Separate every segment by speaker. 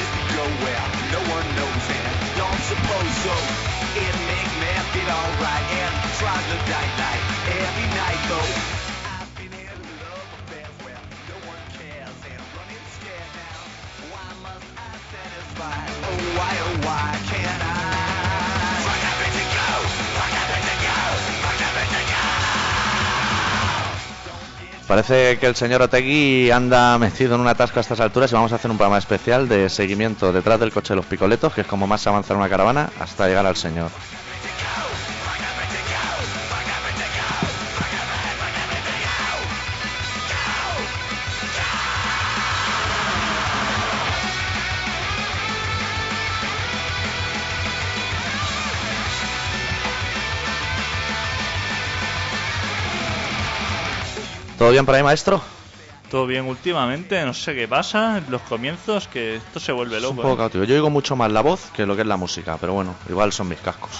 Speaker 1: nowhere, no one knows and don't suppose so. It make me feel alright and troglodyte like every night though. I've been in love affairs where no one cares and running scared now. Why must I satisfy? Oh why, oh why can't I? Fuck everything go, fuck everything go, fuck everything go.
Speaker 2: Parece que el señor Otegui anda metido en un atasco a estas alturas y vamos a hacer un programa especial de seguimiento detrás del coche de los picoletos, que es como más avanza en una caravana hasta llegar al señor. ¿Todo bien por ahí, maestro?
Speaker 3: Todo bien últimamente, no sé qué pasa, los comienzos, que esto se vuelve
Speaker 2: Es un
Speaker 3: loco.
Speaker 2: poco
Speaker 3: ¿eh?
Speaker 2: caótico. Yo oigo mucho más la voz que lo que es la música, pero bueno, igual son mis cascos.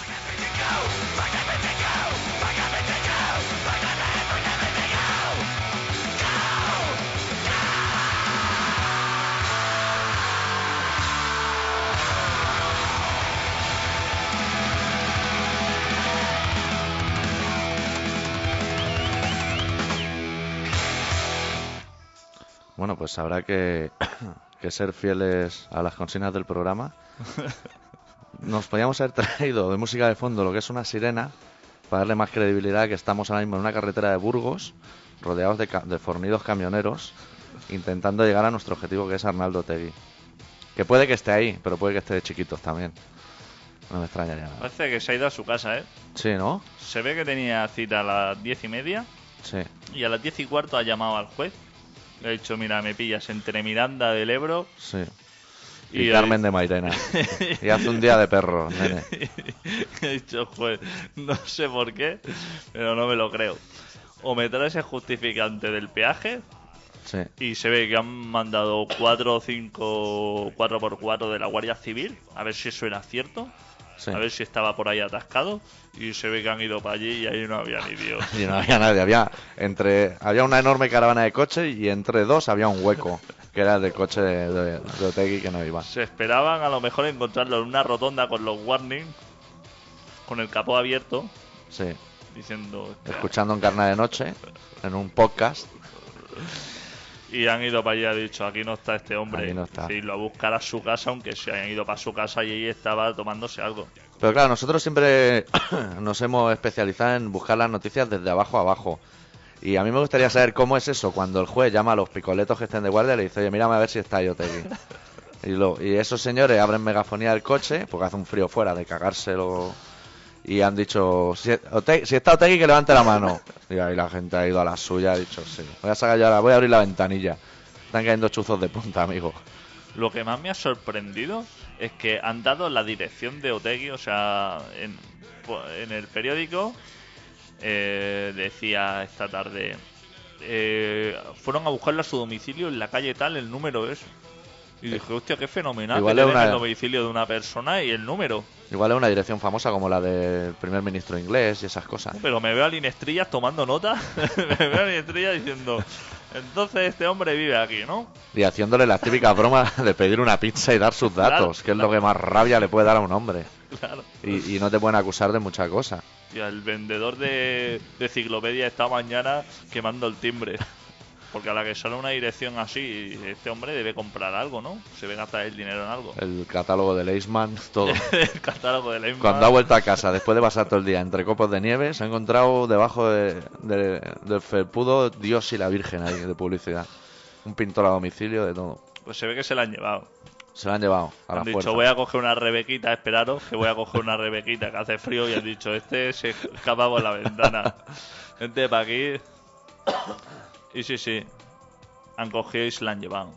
Speaker 2: Bueno, pues habrá que, que ser fieles a las consignas del programa. Nos podíamos haber traído de música de fondo lo que es una sirena para darle más credibilidad que estamos ahora mismo en una carretera de Burgos, rodeados de, ca- de fornidos camioneros, intentando llegar a nuestro objetivo que es Arnaldo Tegui. Que puede que esté ahí, pero puede que esté de chiquitos también. No me extrañaría nada.
Speaker 3: Parece que se ha ido a su casa, ¿eh?
Speaker 2: Sí, ¿no?
Speaker 3: Se ve que tenía cita a las diez y media
Speaker 2: Sí.
Speaker 3: y a las diez y cuarto ha llamado al juez. Le ha dicho, mira, me pillas entre Miranda del Ebro
Speaker 2: Sí.
Speaker 3: y,
Speaker 2: Y, Carmen de Mairena. y hace un día de perro, nene.
Speaker 3: He dicho, juez, no sé por qué, pero no me lo creo. O me traes el justificante del peaje
Speaker 2: Sí.
Speaker 3: y se ve que han mandado 4 o 5 4x4 de la Guardia Civil, a ver si eso era cierto,
Speaker 2: sí.
Speaker 3: a ver si estaba por ahí atascado y se ve que han ido para allí y ahí no había ni Dios.
Speaker 2: Y no había nadie, había entre había una enorme caravana de coches y entre dos había un hueco, que era el del coche de, de, de Otegui que no iba.
Speaker 3: Se esperaban a lo mejor encontrarlo en una rotonda con los warning, con el capó abierto,
Speaker 2: Sí,
Speaker 3: diciendo...
Speaker 2: escuchando en carna de noche, en un podcast.
Speaker 3: Y han ido para allá, ha dicho, aquí no está este hombre.
Speaker 2: Aquí no está.
Speaker 3: Sí, lo a buscar a su casa, aunque se hayan ido para su casa y ella estaba tomándose algo.
Speaker 2: Pero claro, nosotros siempre nos hemos especializado en buscar las noticias desde abajo a abajo. Y a mí me gustaría saber cómo es eso, cuando el juez llama a los picoletos que estén de guardia y le dice, oye, mírame a ver si está ahí Otegui. Y, lo- y esos señores abren megafonía del coche, porque hace un frío fuera de cagárselo. Y han dicho, si, e, Ote- si está Otegui, que levante la mano. Y ahí la gente ha ido a la suya, ha dicho, sí. Voy a sacar yo ahora, voy a abrir la ventanilla. Están cayendo chuzos de punta, amigo.
Speaker 3: Lo que más me ha sorprendido es que han dado la dirección de Otegui, o sea, en, en el periódico eh, decía esta tarde, eh, fueron a buscarlo a su domicilio en la calle tal, el número es. Y dije, hostia, qué fenomenal.
Speaker 2: Igual
Speaker 3: que
Speaker 2: es
Speaker 3: te den
Speaker 2: una-
Speaker 3: el domicilio de una persona y el número.
Speaker 2: Igual es una dirección famosa como la del primer ministro inglés y esas cosas.
Speaker 3: Pero me veo a Linestrillas tomando nota. me veo a Linestrillas diciendo, entonces este hombre vive aquí, ¿no?
Speaker 2: Y haciéndole las típicas bromas de pedir una pizza y dar sus datos,
Speaker 3: Claro,
Speaker 2: que es
Speaker 3: claro.
Speaker 2: lo que más rabia le puede dar a un hombre.
Speaker 3: Claro.
Speaker 2: Y, y no te pueden acusar de mucha cosa.
Speaker 3: Hostia, el vendedor de, de Ciclopedia esta mañana quemando el timbre. Porque a la que sale una dirección así, este hombre debe comprar algo, ¿no? Se ve gastar el dinero en algo.
Speaker 2: El catálogo de Leisman, todo.
Speaker 3: el catálogo de la misma.
Speaker 2: Cuando ha vuelto a casa, después de pasar todo el día entre copos de nieve, se ha encontrado debajo de- de- del felpudo Dios y la Virgen ahí, de publicidad. Un pintor a domicilio, de todo.
Speaker 3: Pues se ve que se la han llevado.
Speaker 2: Se lo han llevado a la
Speaker 3: han dicho,
Speaker 2: fuerza.
Speaker 3: voy a coger una rebequita, esperaros, que voy a coger una rebequita, que hace frío, y han dicho, este se escapa por la ventana. Vente para aquí. Y sí, sí. Han cogido y se la han llevado.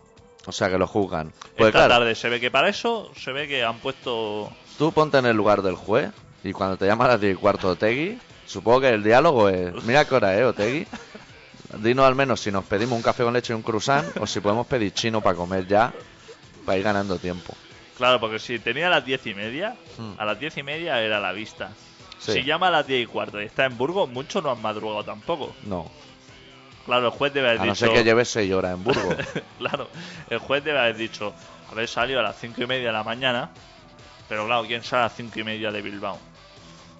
Speaker 2: O sea que lo juzgan. Pues
Speaker 3: Esta
Speaker 2: claro,
Speaker 3: tarde se ve que para eso, se ve que han puesto
Speaker 2: Tú ponte en el lugar del juez y cuando te llama a las 10 y cuarto Otegui, supongo que el diálogo es, mira qué hora es Otegui, dinos al menos si nos pedimos un café con leche y un croissant o si podemos pedir chino para comer ya, para ir ganando tiempo.
Speaker 3: Claro, porque si tenía a las diez y media,
Speaker 2: Hmm.
Speaker 3: a las diez y media era la vista.
Speaker 2: Sí.
Speaker 3: Si llama a las diez y cuarto y está en Burgos, mucho no han madrugado tampoco.
Speaker 2: No,
Speaker 3: Claro, el juez debe haber
Speaker 2: a no
Speaker 3: dicho.
Speaker 2: ser que lleves 6 horas en Burgos.
Speaker 3: claro, el juez debe haber dicho. haber salido a las 5 y media de la mañana. Pero claro, ¿quién sale a las 5 y media de Bilbao?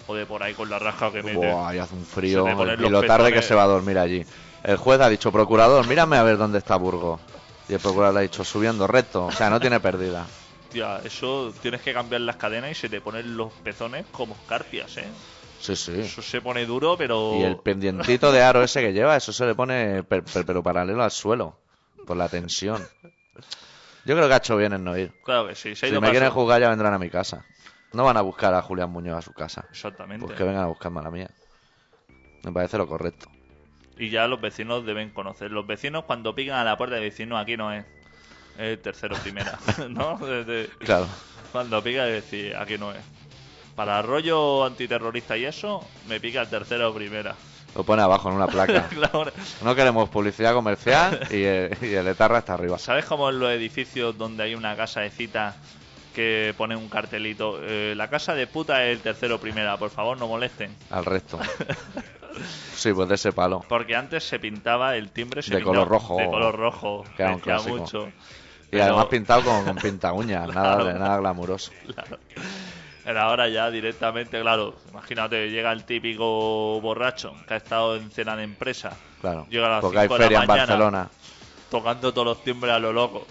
Speaker 3: O de por ahí con la raja que mete.
Speaker 2: Buah, y hace un frío
Speaker 3: Se te ponen
Speaker 2: y
Speaker 3: los
Speaker 2: lo tarde
Speaker 3: pezones.
Speaker 2: que se va a dormir allí. El juez ha dicho, procurador, mírame a ver dónde está Burgos. Y el procurador le ha dicho, subiendo recto. O sea, no tiene pérdida.
Speaker 3: Tía, eso tienes que cambiar las cadenas y se te ponen los pezones como escarpias, ¿eh?
Speaker 2: Sí, sí.
Speaker 3: Eso se pone duro, pero...
Speaker 2: Y el pendientito de aro ese que lleva, eso se le pone per- per- pero paralelo al suelo. Por la tensión. Yo creo que ha hecho bien en no ir.
Speaker 3: Claro que sí, se ha
Speaker 2: Si
Speaker 3: ido
Speaker 2: me quieren
Speaker 3: pasando.
Speaker 2: juzgar ya vendrán a mi casa. No van a buscar a Julián Muñoz a su casa.
Speaker 3: Exactamente.
Speaker 2: Pues que vengan a buscarme a la mía. Me parece lo correcto.
Speaker 3: Y ya los vecinos deben conocer. Los vecinos cuando pican a la puerta dicen, no, aquí no es. Es tercero primera, ¿no? Desde-
Speaker 2: Claro.
Speaker 3: Cuando pica decir, aquí no es. Para rollo antiterrorista y eso, me pica el tercero primera.
Speaker 2: Lo pone abajo en una placa.
Speaker 3: Claro.
Speaker 2: No queremos publicidad comercial y el, y el etarra está arriba.
Speaker 3: ¿Sabes cómo en los edificios donde hay una casa de cita que pone un cartelito? eh, la casa de puta es el tercero primera, por favor no molesten.
Speaker 2: Al resto. Sí, pues de ese palo.
Speaker 3: Porque antes se pintaba el timbre se
Speaker 2: De
Speaker 3: pintaba
Speaker 2: color rojo.
Speaker 3: De color rojo.
Speaker 2: Que era un
Speaker 3: mezclaba
Speaker 2: clásico.
Speaker 3: mucho.
Speaker 2: Y
Speaker 3: Pero-
Speaker 2: además pintado con, con pinta uñas, nada, de-
Speaker 3: Claro.
Speaker 2: nada glamuroso.
Speaker 3: Pero ahora ya directamente, claro, imagínate, llega el típico borracho que ha estado en cena de empresa,
Speaker 2: Claro.
Speaker 3: Llega a las
Speaker 2: Porque hay
Speaker 3: cinco de la
Speaker 2: feria en
Speaker 3: mañana.
Speaker 2: Barcelona.
Speaker 3: tocando todos los timbres a lo loco.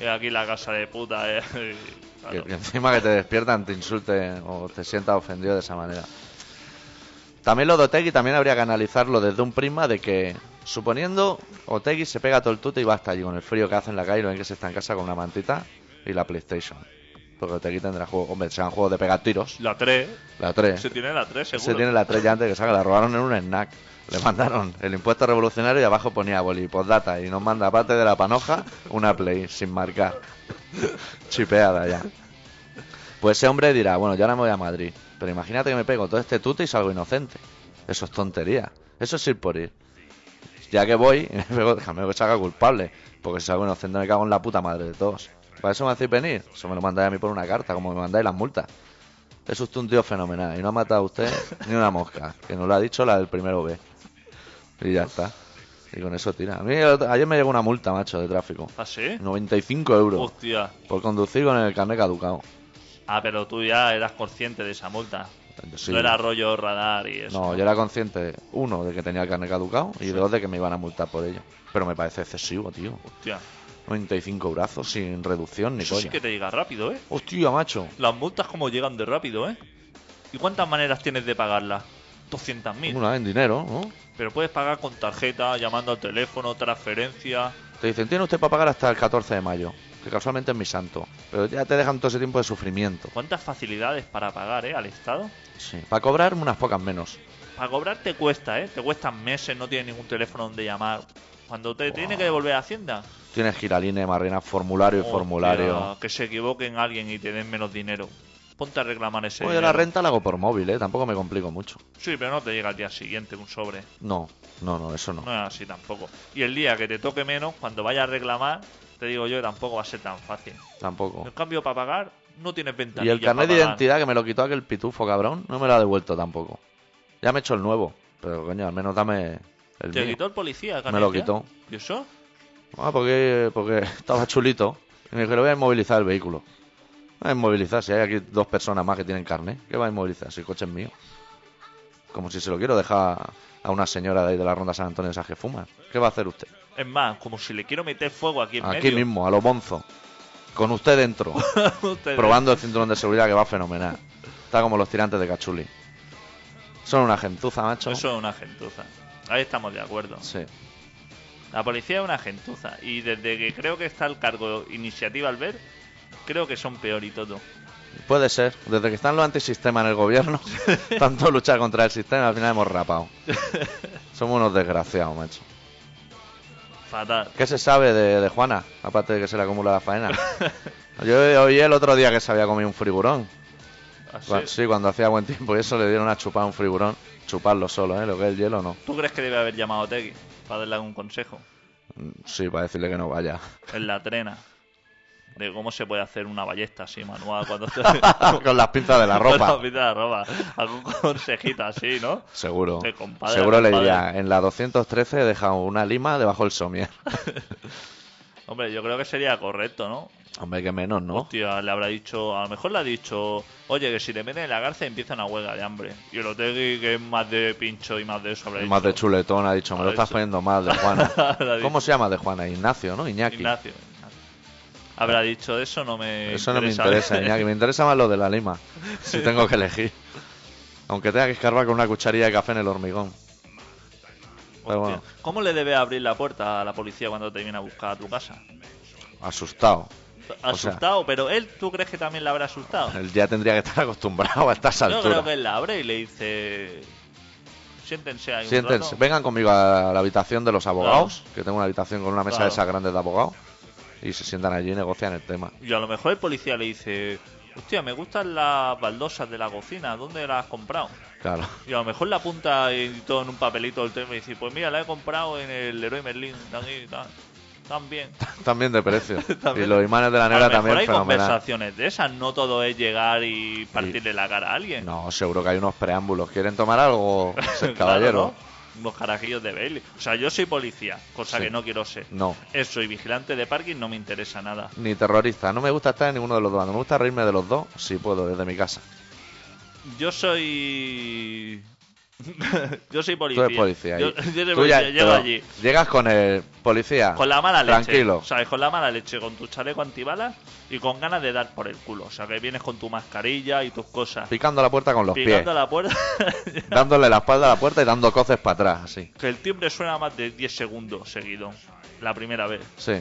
Speaker 3: Y aquí la casa de puta, eh. y,
Speaker 2: Que,
Speaker 3: claro.
Speaker 2: que encima que te despiertan, te insulten o te sientas ofendido de esa manera. También lo de Otegui también habría que analizarlo desde un prisma de que, suponiendo, Otegui se pega todo el tute y va hasta allí con el frío que hace en la calle, lo ven que se está en casa con una mantita y la PlayStation. Porque Otegui tendrá juegos, hombre, serán juegos de pegar tiros,
Speaker 3: La 3,
Speaker 2: la 3.
Speaker 3: se tiene la 3, seguro.
Speaker 2: Se ¿Eh? tiene la 3 ya antes que salga, la robaron en un snack. Le mandaron el impuesto revolucionario y abajo ponía boli, postdata. Y nos manda, aparte de la panoja, una play sin marcar. Chipeada ya. Pues ese hombre dirá, bueno, yo ahora me voy a Madrid. Pero imagínate que me pego todo este tute y salgo inocente. Eso es tontería. Eso es ir por ir. Ya que voy, y me pego, déjame que salga culpable. Porque si salgo inocente me cago en la puta madre de todos. ¿Para eso me hacéis venir? Eso me lo mandáis a mí por una carta, como me mandáis las multas. Es usted un tío fenomenal y no ha matado a usted ni una mosca, que nos lo ha dicho la del primero B. Y ya está. Y con eso tira. A mí el otro- ayer me llegó una multa, macho, de tráfico.
Speaker 3: ¿Ah, sí?
Speaker 2: 95 euros
Speaker 3: Hostia.
Speaker 2: por conducir con el carnet caducado.
Speaker 3: Ah, pero tú ya eras consciente de esa multa.
Speaker 2: Sí.
Speaker 3: No era rollo radar y eso.
Speaker 2: No, yo era consciente, uno, de que tenía el carnet caducado y dos, de que me iban a multar por ello. Pero me parece excesivo, tío.
Speaker 3: Hostia.
Speaker 2: 95 brazos sin reducción ni
Speaker 3: Eso sí
Speaker 2: coña.
Speaker 3: que te llega rápido, ¿eh?
Speaker 2: Hostia, macho.
Speaker 3: Las multas como llegan de rápido, ¿eh? ¿Y cuántas maneras tienes de pagarlas? 200.000.
Speaker 2: Una vez en dinero, ¿no?
Speaker 3: Pero puedes pagar con tarjeta, llamando al teléfono, transferencia.
Speaker 2: Te dicen, tiene usted para pagar hasta el 14 de mayo, que casualmente es mi santo. Pero ya te dejan todo ese tiempo de sufrimiento.
Speaker 3: ¿Cuántas facilidades para pagar, eh? Al Estado.
Speaker 2: Sí. Para cobrar unas pocas menos.
Speaker 3: Para cobrar te cuesta, eh. Te cuestan meses, no tienes ningún teléfono donde llamar. Cuando te
Speaker 2: Buah.
Speaker 3: tiene que devolver a Hacienda.
Speaker 2: Tienes giraline, marrina, formulario y
Speaker 3: Hostia,
Speaker 2: formulario.
Speaker 3: Que se equivoquen alguien y te den menos dinero. Ponte a reclamar ese.
Speaker 2: Bueno, yo la
Speaker 3: dinero.
Speaker 2: renta la hago por móvil, ¿eh? Tampoco me complico mucho.
Speaker 3: Sí, pero no te llega al día siguiente un sobre.
Speaker 2: No, no, no, eso no.
Speaker 3: No es así tampoco. Y el día que te toque menos, cuando vayas a reclamar, te digo yo, tampoco va a ser tan fácil.
Speaker 2: Tampoco.
Speaker 3: En cambio, para pagar, no tienes ventaja.
Speaker 2: Y el carnet de identidad que me lo quitó aquel pitufo cabrón, no me lo ha devuelto tampoco. Ya me he hecho el nuevo. Pero coño, al menos dame el
Speaker 3: ¿Te
Speaker 2: mío.
Speaker 3: quitó el policía? el
Speaker 2: Me
Speaker 3: carnet
Speaker 2: lo
Speaker 3: de identidad?
Speaker 2: quitó.
Speaker 3: ¿Y eso?
Speaker 2: Ah, porque, porque estaba chulito. Y me dijo, le voy a inmovilizar el vehículo. Va a inmovilizar, si hay aquí dos personas más que tienen carne. ¿Qué va a inmovilizar? Si el coche es mío. Como si se lo quiero dejar a una señora de ahí de la Ronda San Antonio de esas que fuman. ¿Qué va a hacer usted?
Speaker 3: Es más, como si le quiero meter fuego aquí en
Speaker 2: Aquí
Speaker 3: medio.
Speaker 2: mismo, a lo bonzo. Con usted dentro.
Speaker 3: Ustedes-
Speaker 2: probando el cinturón de seguridad que va fenomenal. Está como los tirantes de cachuli. Son una gentuza, macho.
Speaker 3: Eso es una gentuza. Ahí estamos de acuerdo.
Speaker 2: Sí.
Speaker 3: La policía es una gentuza. Y desde que creo que está el cargo Iniciativa Albert, creo que son peor y todo.
Speaker 2: Puede ser. Desde que están los antisistema en el gobierno, tanto luchar contra el sistema, al final hemos rapado. Somos unos desgraciados, macho.
Speaker 3: Fatal.
Speaker 2: ¿Qué se sabe de, de Juana? Aparte de que se le acumula la faena. Yo oí el otro día que se había comido un friburón.
Speaker 3: Así.
Speaker 2: Cu- Sí, cuando hacía buen tiempo y eso le dieron a chupar un friburón. Chuparlo solo, ¿eh? Lo que es el hielo, no.
Speaker 3: ¿Tú crees que debe haber llamado a Tegui para darle algún consejo?
Speaker 2: Mm, Sí, para decirle que no vaya.
Speaker 3: En la trena. De cómo se puede hacer una ballesta así manual cuando te...
Speaker 2: Ah, Con las pinzas de la ropa.
Speaker 3: Con la ropa. Algún consejito así, ¿no?
Speaker 2: Seguro.
Speaker 3: Eh, compadre,
Speaker 2: Seguro le
Speaker 3: compadre.
Speaker 2: diría, en la 213 deja una lima debajo del somier.
Speaker 3: Hombre, yo creo que sería correcto, ¿no?
Speaker 2: Hombre, que menos, ¿no?
Speaker 3: Hostia, le habrá dicho, a lo mejor le ha dicho, oye, que si le meten en la cárcel empieza una huelga de hambre. Y el Otegui, que es más de pincho y más de eso, habrá
Speaker 2: Más de
Speaker 3: dicho,
Speaker 2: chuletón, ha dicho, me lo
Speaker 3: Habrá
Speaker 2: estás
Speaker 3: dicho.
Speaker 2: poniendo mal de Juana.
Speaker 3: Habrá dicho.
Speaker 2: ¿Cómo se llama de Juana? Ignacio, ¿no? Iñaki.
Speaker 3: Ignacio. Ignacio. Habrá dicho, eso no me
Speaker 2: Eso no me interesa, Iñaki. Me interesa más lo de la lima, si tengo que elegir. Aunque tenga que escarbar con una cucharilla de café en el hormigón. Pero
Speaker 3: Hostia,
Speaker 2: bueno,
Speaker 3: ¿Cómo le debe abrir la puerta a la policía cuando te viene a buscar a tu casa?
Speaker 2: asustado.
Speaker 3: Asustado, pero él, ¿tú crees que también la habrá asustado?
Speaker 2: Él ya tendría que estar acostumbrado a estas
Speaker 3: Yo creo que
Speaker 2: alturas.
Speaker 3: él la abre y le dice, siéntense ahí un
Speaker 2: Siéntense,
Speaker 3: rato".
Speaker 2: vengan conmigo a la habitación de los abogados, que tengo una habitación con una mesa de
Speaker 3: Claro.
Speaker 2: esas grandes de abogados, y se sientan allí y negocian el tema.
Speaker 3: Y a lo mejor el policía le dice, hostia, me gustan las baldosas de la cocina, ¿dónde las has comprado?
Speaker 2: Claro.
Speaker 3: Y a lo mejor la apunta y todo en un papelito del tema y dice, pues mira, la he comprado en el Leroy Merlin, tan, tan, tan bien.
Speaker 2: También de precio.
Speaker 3: También.
Speaker 2: Y los imanes de la
Speaker 3: a lo
Speaker 2: negra
Speaker 3: mejor
Speaker 2: también
Speaker 3: hay
Speaker 2: fenomenal.
Speaker 3: conversaciones de esas, no todo es llegar y partirle la cara a alguien.
Speaker 2: No, seguro que hay unos preámbulos. ¿Quieren tomar algo, ser
Speaker 3: Claro,
Speaker 2: caballero?
Speaker 3: ¿no? Unos carajillos de Bailey. O sea, yo soy policía, cosa
Speaker 2: Sí.
Speaker 3: que no quiero ser.
Speaker 2: No.
Speaker 3: Eso y vigilante de parking no me interesa nada.
Speaker 2: Ni terrorista. No me gusta estar en ninguno de los dos. bandos. Me gusta reírme de los dos, si puedo, desde mi casa.
Speaker 3: Yo soy. yo soy policía.
Speaker 2: Tú eres policía.
Speaker 3: Yo,
Speaker 2: y-
Speaker 3: yo soy
Speaker 2: tú
Speaker 3: policía,
Speaker 2: ya-
Speaker 3: llego
Speaker 2: pero
Speaker 3: allí.
Speaker 2: Llegas con el policía.
Speaker 3: Con la mala leche.
Speaker 2: Tranquilo.
Speaker 3: ¿Sabes? Con la mala leche, con tu chaleco antibalas y con ganas de dar por el culo. O sea, que vienes con tu mascarilla y tus cosas.
Speaker 2: Picando la puerta con los pies.
Speaker 3: picando a la puerta.
Speaker 2: Dándole la espalda a la puerta y dando coces para atrás, así.
Speaker 3: que el timbre suena más de 10 segundos seguido. La primera vez.
Speaker 2: Sí.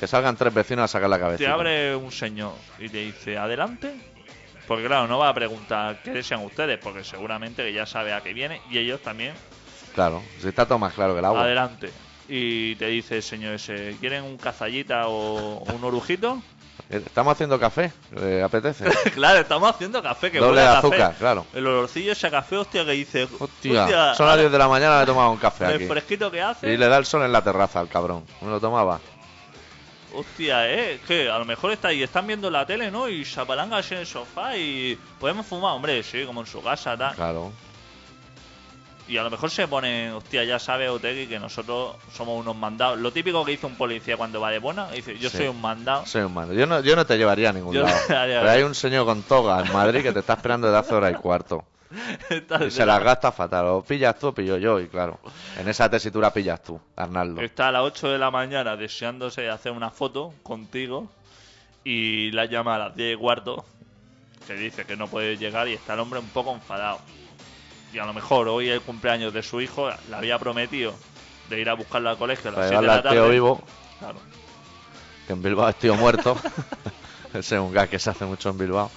Speaker 2: Que salgan tres vecinos a sacar la cabeza.
Speaker 3: Te abre un señor y te dice, adelante. Porque claro, no va a preguntar qué desean ustedes, porque seguramente que ya sabe a qué viene y ellos también.
Speaker 2: Claro. Si está todo más claro que el agua.
Speaker 3: Adelante. Y te dice el señor ese, ¿quieren un cazallita o un orujito?
Speaker 2: Eh, Estamos haciendo café. ¿Le apetece?
Speaker 3: claro, estamos haciendo café, que
Speaker 2: Doble
Speaker 3: huele
Speaker 2: de
Speaker 3: a café.
Speaker 2: azúcar, claro.
Speaker 3: El olorcillo ese a café, hostia, que dice...
Speaker 2: Hostia, son las 10 de la mañana, le he tomado un café
Speaker 3: El
Speaker 2: aquí.
Speaker 3: fresquito que hace,
Speaker 2: Y le da el sol en la terraza al cabrón. Me lo tomaba.
Speaker 3: hostia, eh, que a lo mejor está ahí, están viendo la tele, ¿no? Y se apalangan así en el sofá y podemos fumar, hombre, sí, como en su casa, tal.
Speaker 2: Claro.
Speaker 3: Y a lo mejor se ponen, hostia, ya sabe Otegui que nosotros somos unos mandados. Lo típico que dice un policía cuando va de buena, dice, yo
Speaker 2: Sí.
Speaker 3: soy un mandado.
Speaker 2: Soy un mando. Yo no, yo no te llevaría a ningún
Speaker 3: Yo no
Speaker 2: lado.
Speaker 3: te llevaría.
Speaker 2: Pero hay un señor con toga en Madrid que te está esperando desde hace hora y cuarto.
Speaker 3: Está
Speaker 2: Y se las gasta fatal. O pillas tú o pillo yo. Y claro, en esa tesitura pillas tú, Arnaldo.
Speaker 3: Está a las 8 de la mañana deseándose hacer una foto contigo y la llama a las 10 y cuarto, que dice que no puede llegar y está el hombre un poco enfadado. Y a lo mejor hoy es el cumpleaños de su hijo, le había prometido de ir a buscarlo al colegio a las
Speaker 2: Para
Speaker 3: 7 de
Speaker 2: llevarle
Speaker 3: la
Speaker 2: al
Speaker 3: tarde.
Speaker 2: tío vivo,
Speaker 3: Claro.
Speaker 2: que en Bilbao es tío muerto. Ese es un gag que se hace mucho en Bilbao.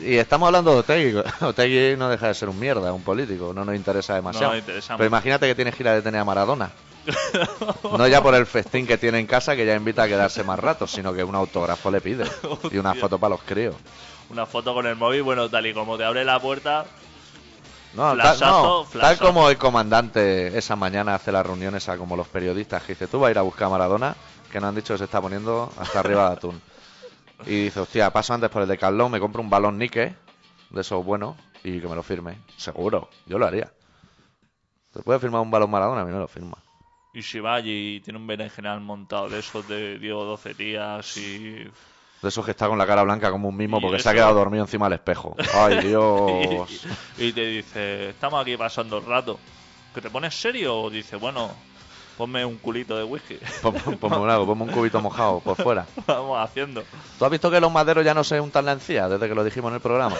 Speaker 2: Y estamos hablando de Otegui. Otegui no deja de ser un mierda, un político. No nos interesa demasiado.
Speaker 3: nos interesa
Speaker 2: Pero
Speaker 3: mucho.
Speaker 2: imagínate que tienes que ir a detener a Maradona. No ya por el festín que tiene en casa, que ya invita a quedarse más rato, sino que un autógrafo le pide. Y una foto para los críos.
Speaker 3: Una foto con el móvil, bueno, tal y como te abre la puerta,
Speaker 2: No,
Speaker 3: Flashazo,
Speaker 2: tal, no, tal
Speaker 3: flashazo.
Speaker 2: como el comandante esa mañana hace las reuniones a como los periodistas, que dice, tú vas a ir a buscar a Maradona, que nos han dicho que se está poniendo hasta arriba de atún. Y dice, hostia, paso antes por el de Carlón, me compro un balón Nike, de esos buenos, y que me lo firme. Seguro, yo lo haría. ¿Te puede firmar un balón Maradona? A mí me lo firma.
Speaker 3: y si va allí y tiene un berenjenal montado de esos de Diego 12 días y
Speaker 2: De esos que está con la cara blanca como un mimo
Speaker 3: Y
Speaker 2: porque se
Speaker 3: eso-
Speaker 2: ha quedado dormido encima del espejo. ¡Ay, Dios!
Speaker 3: y, y te dice, estamos aquí pasando el rato. ¿Que te pones serio? O dice, bueno, ponme un culito de whisky.
Speaker 2: Pon- Ponme un algo, ponme un cubito mojado por fuera.
Speaker 3: Vamos haciendo.
Speaker 2: ¿Tú has visto que los maderos ya no se untan la encía desde que lo dijimos en el programa?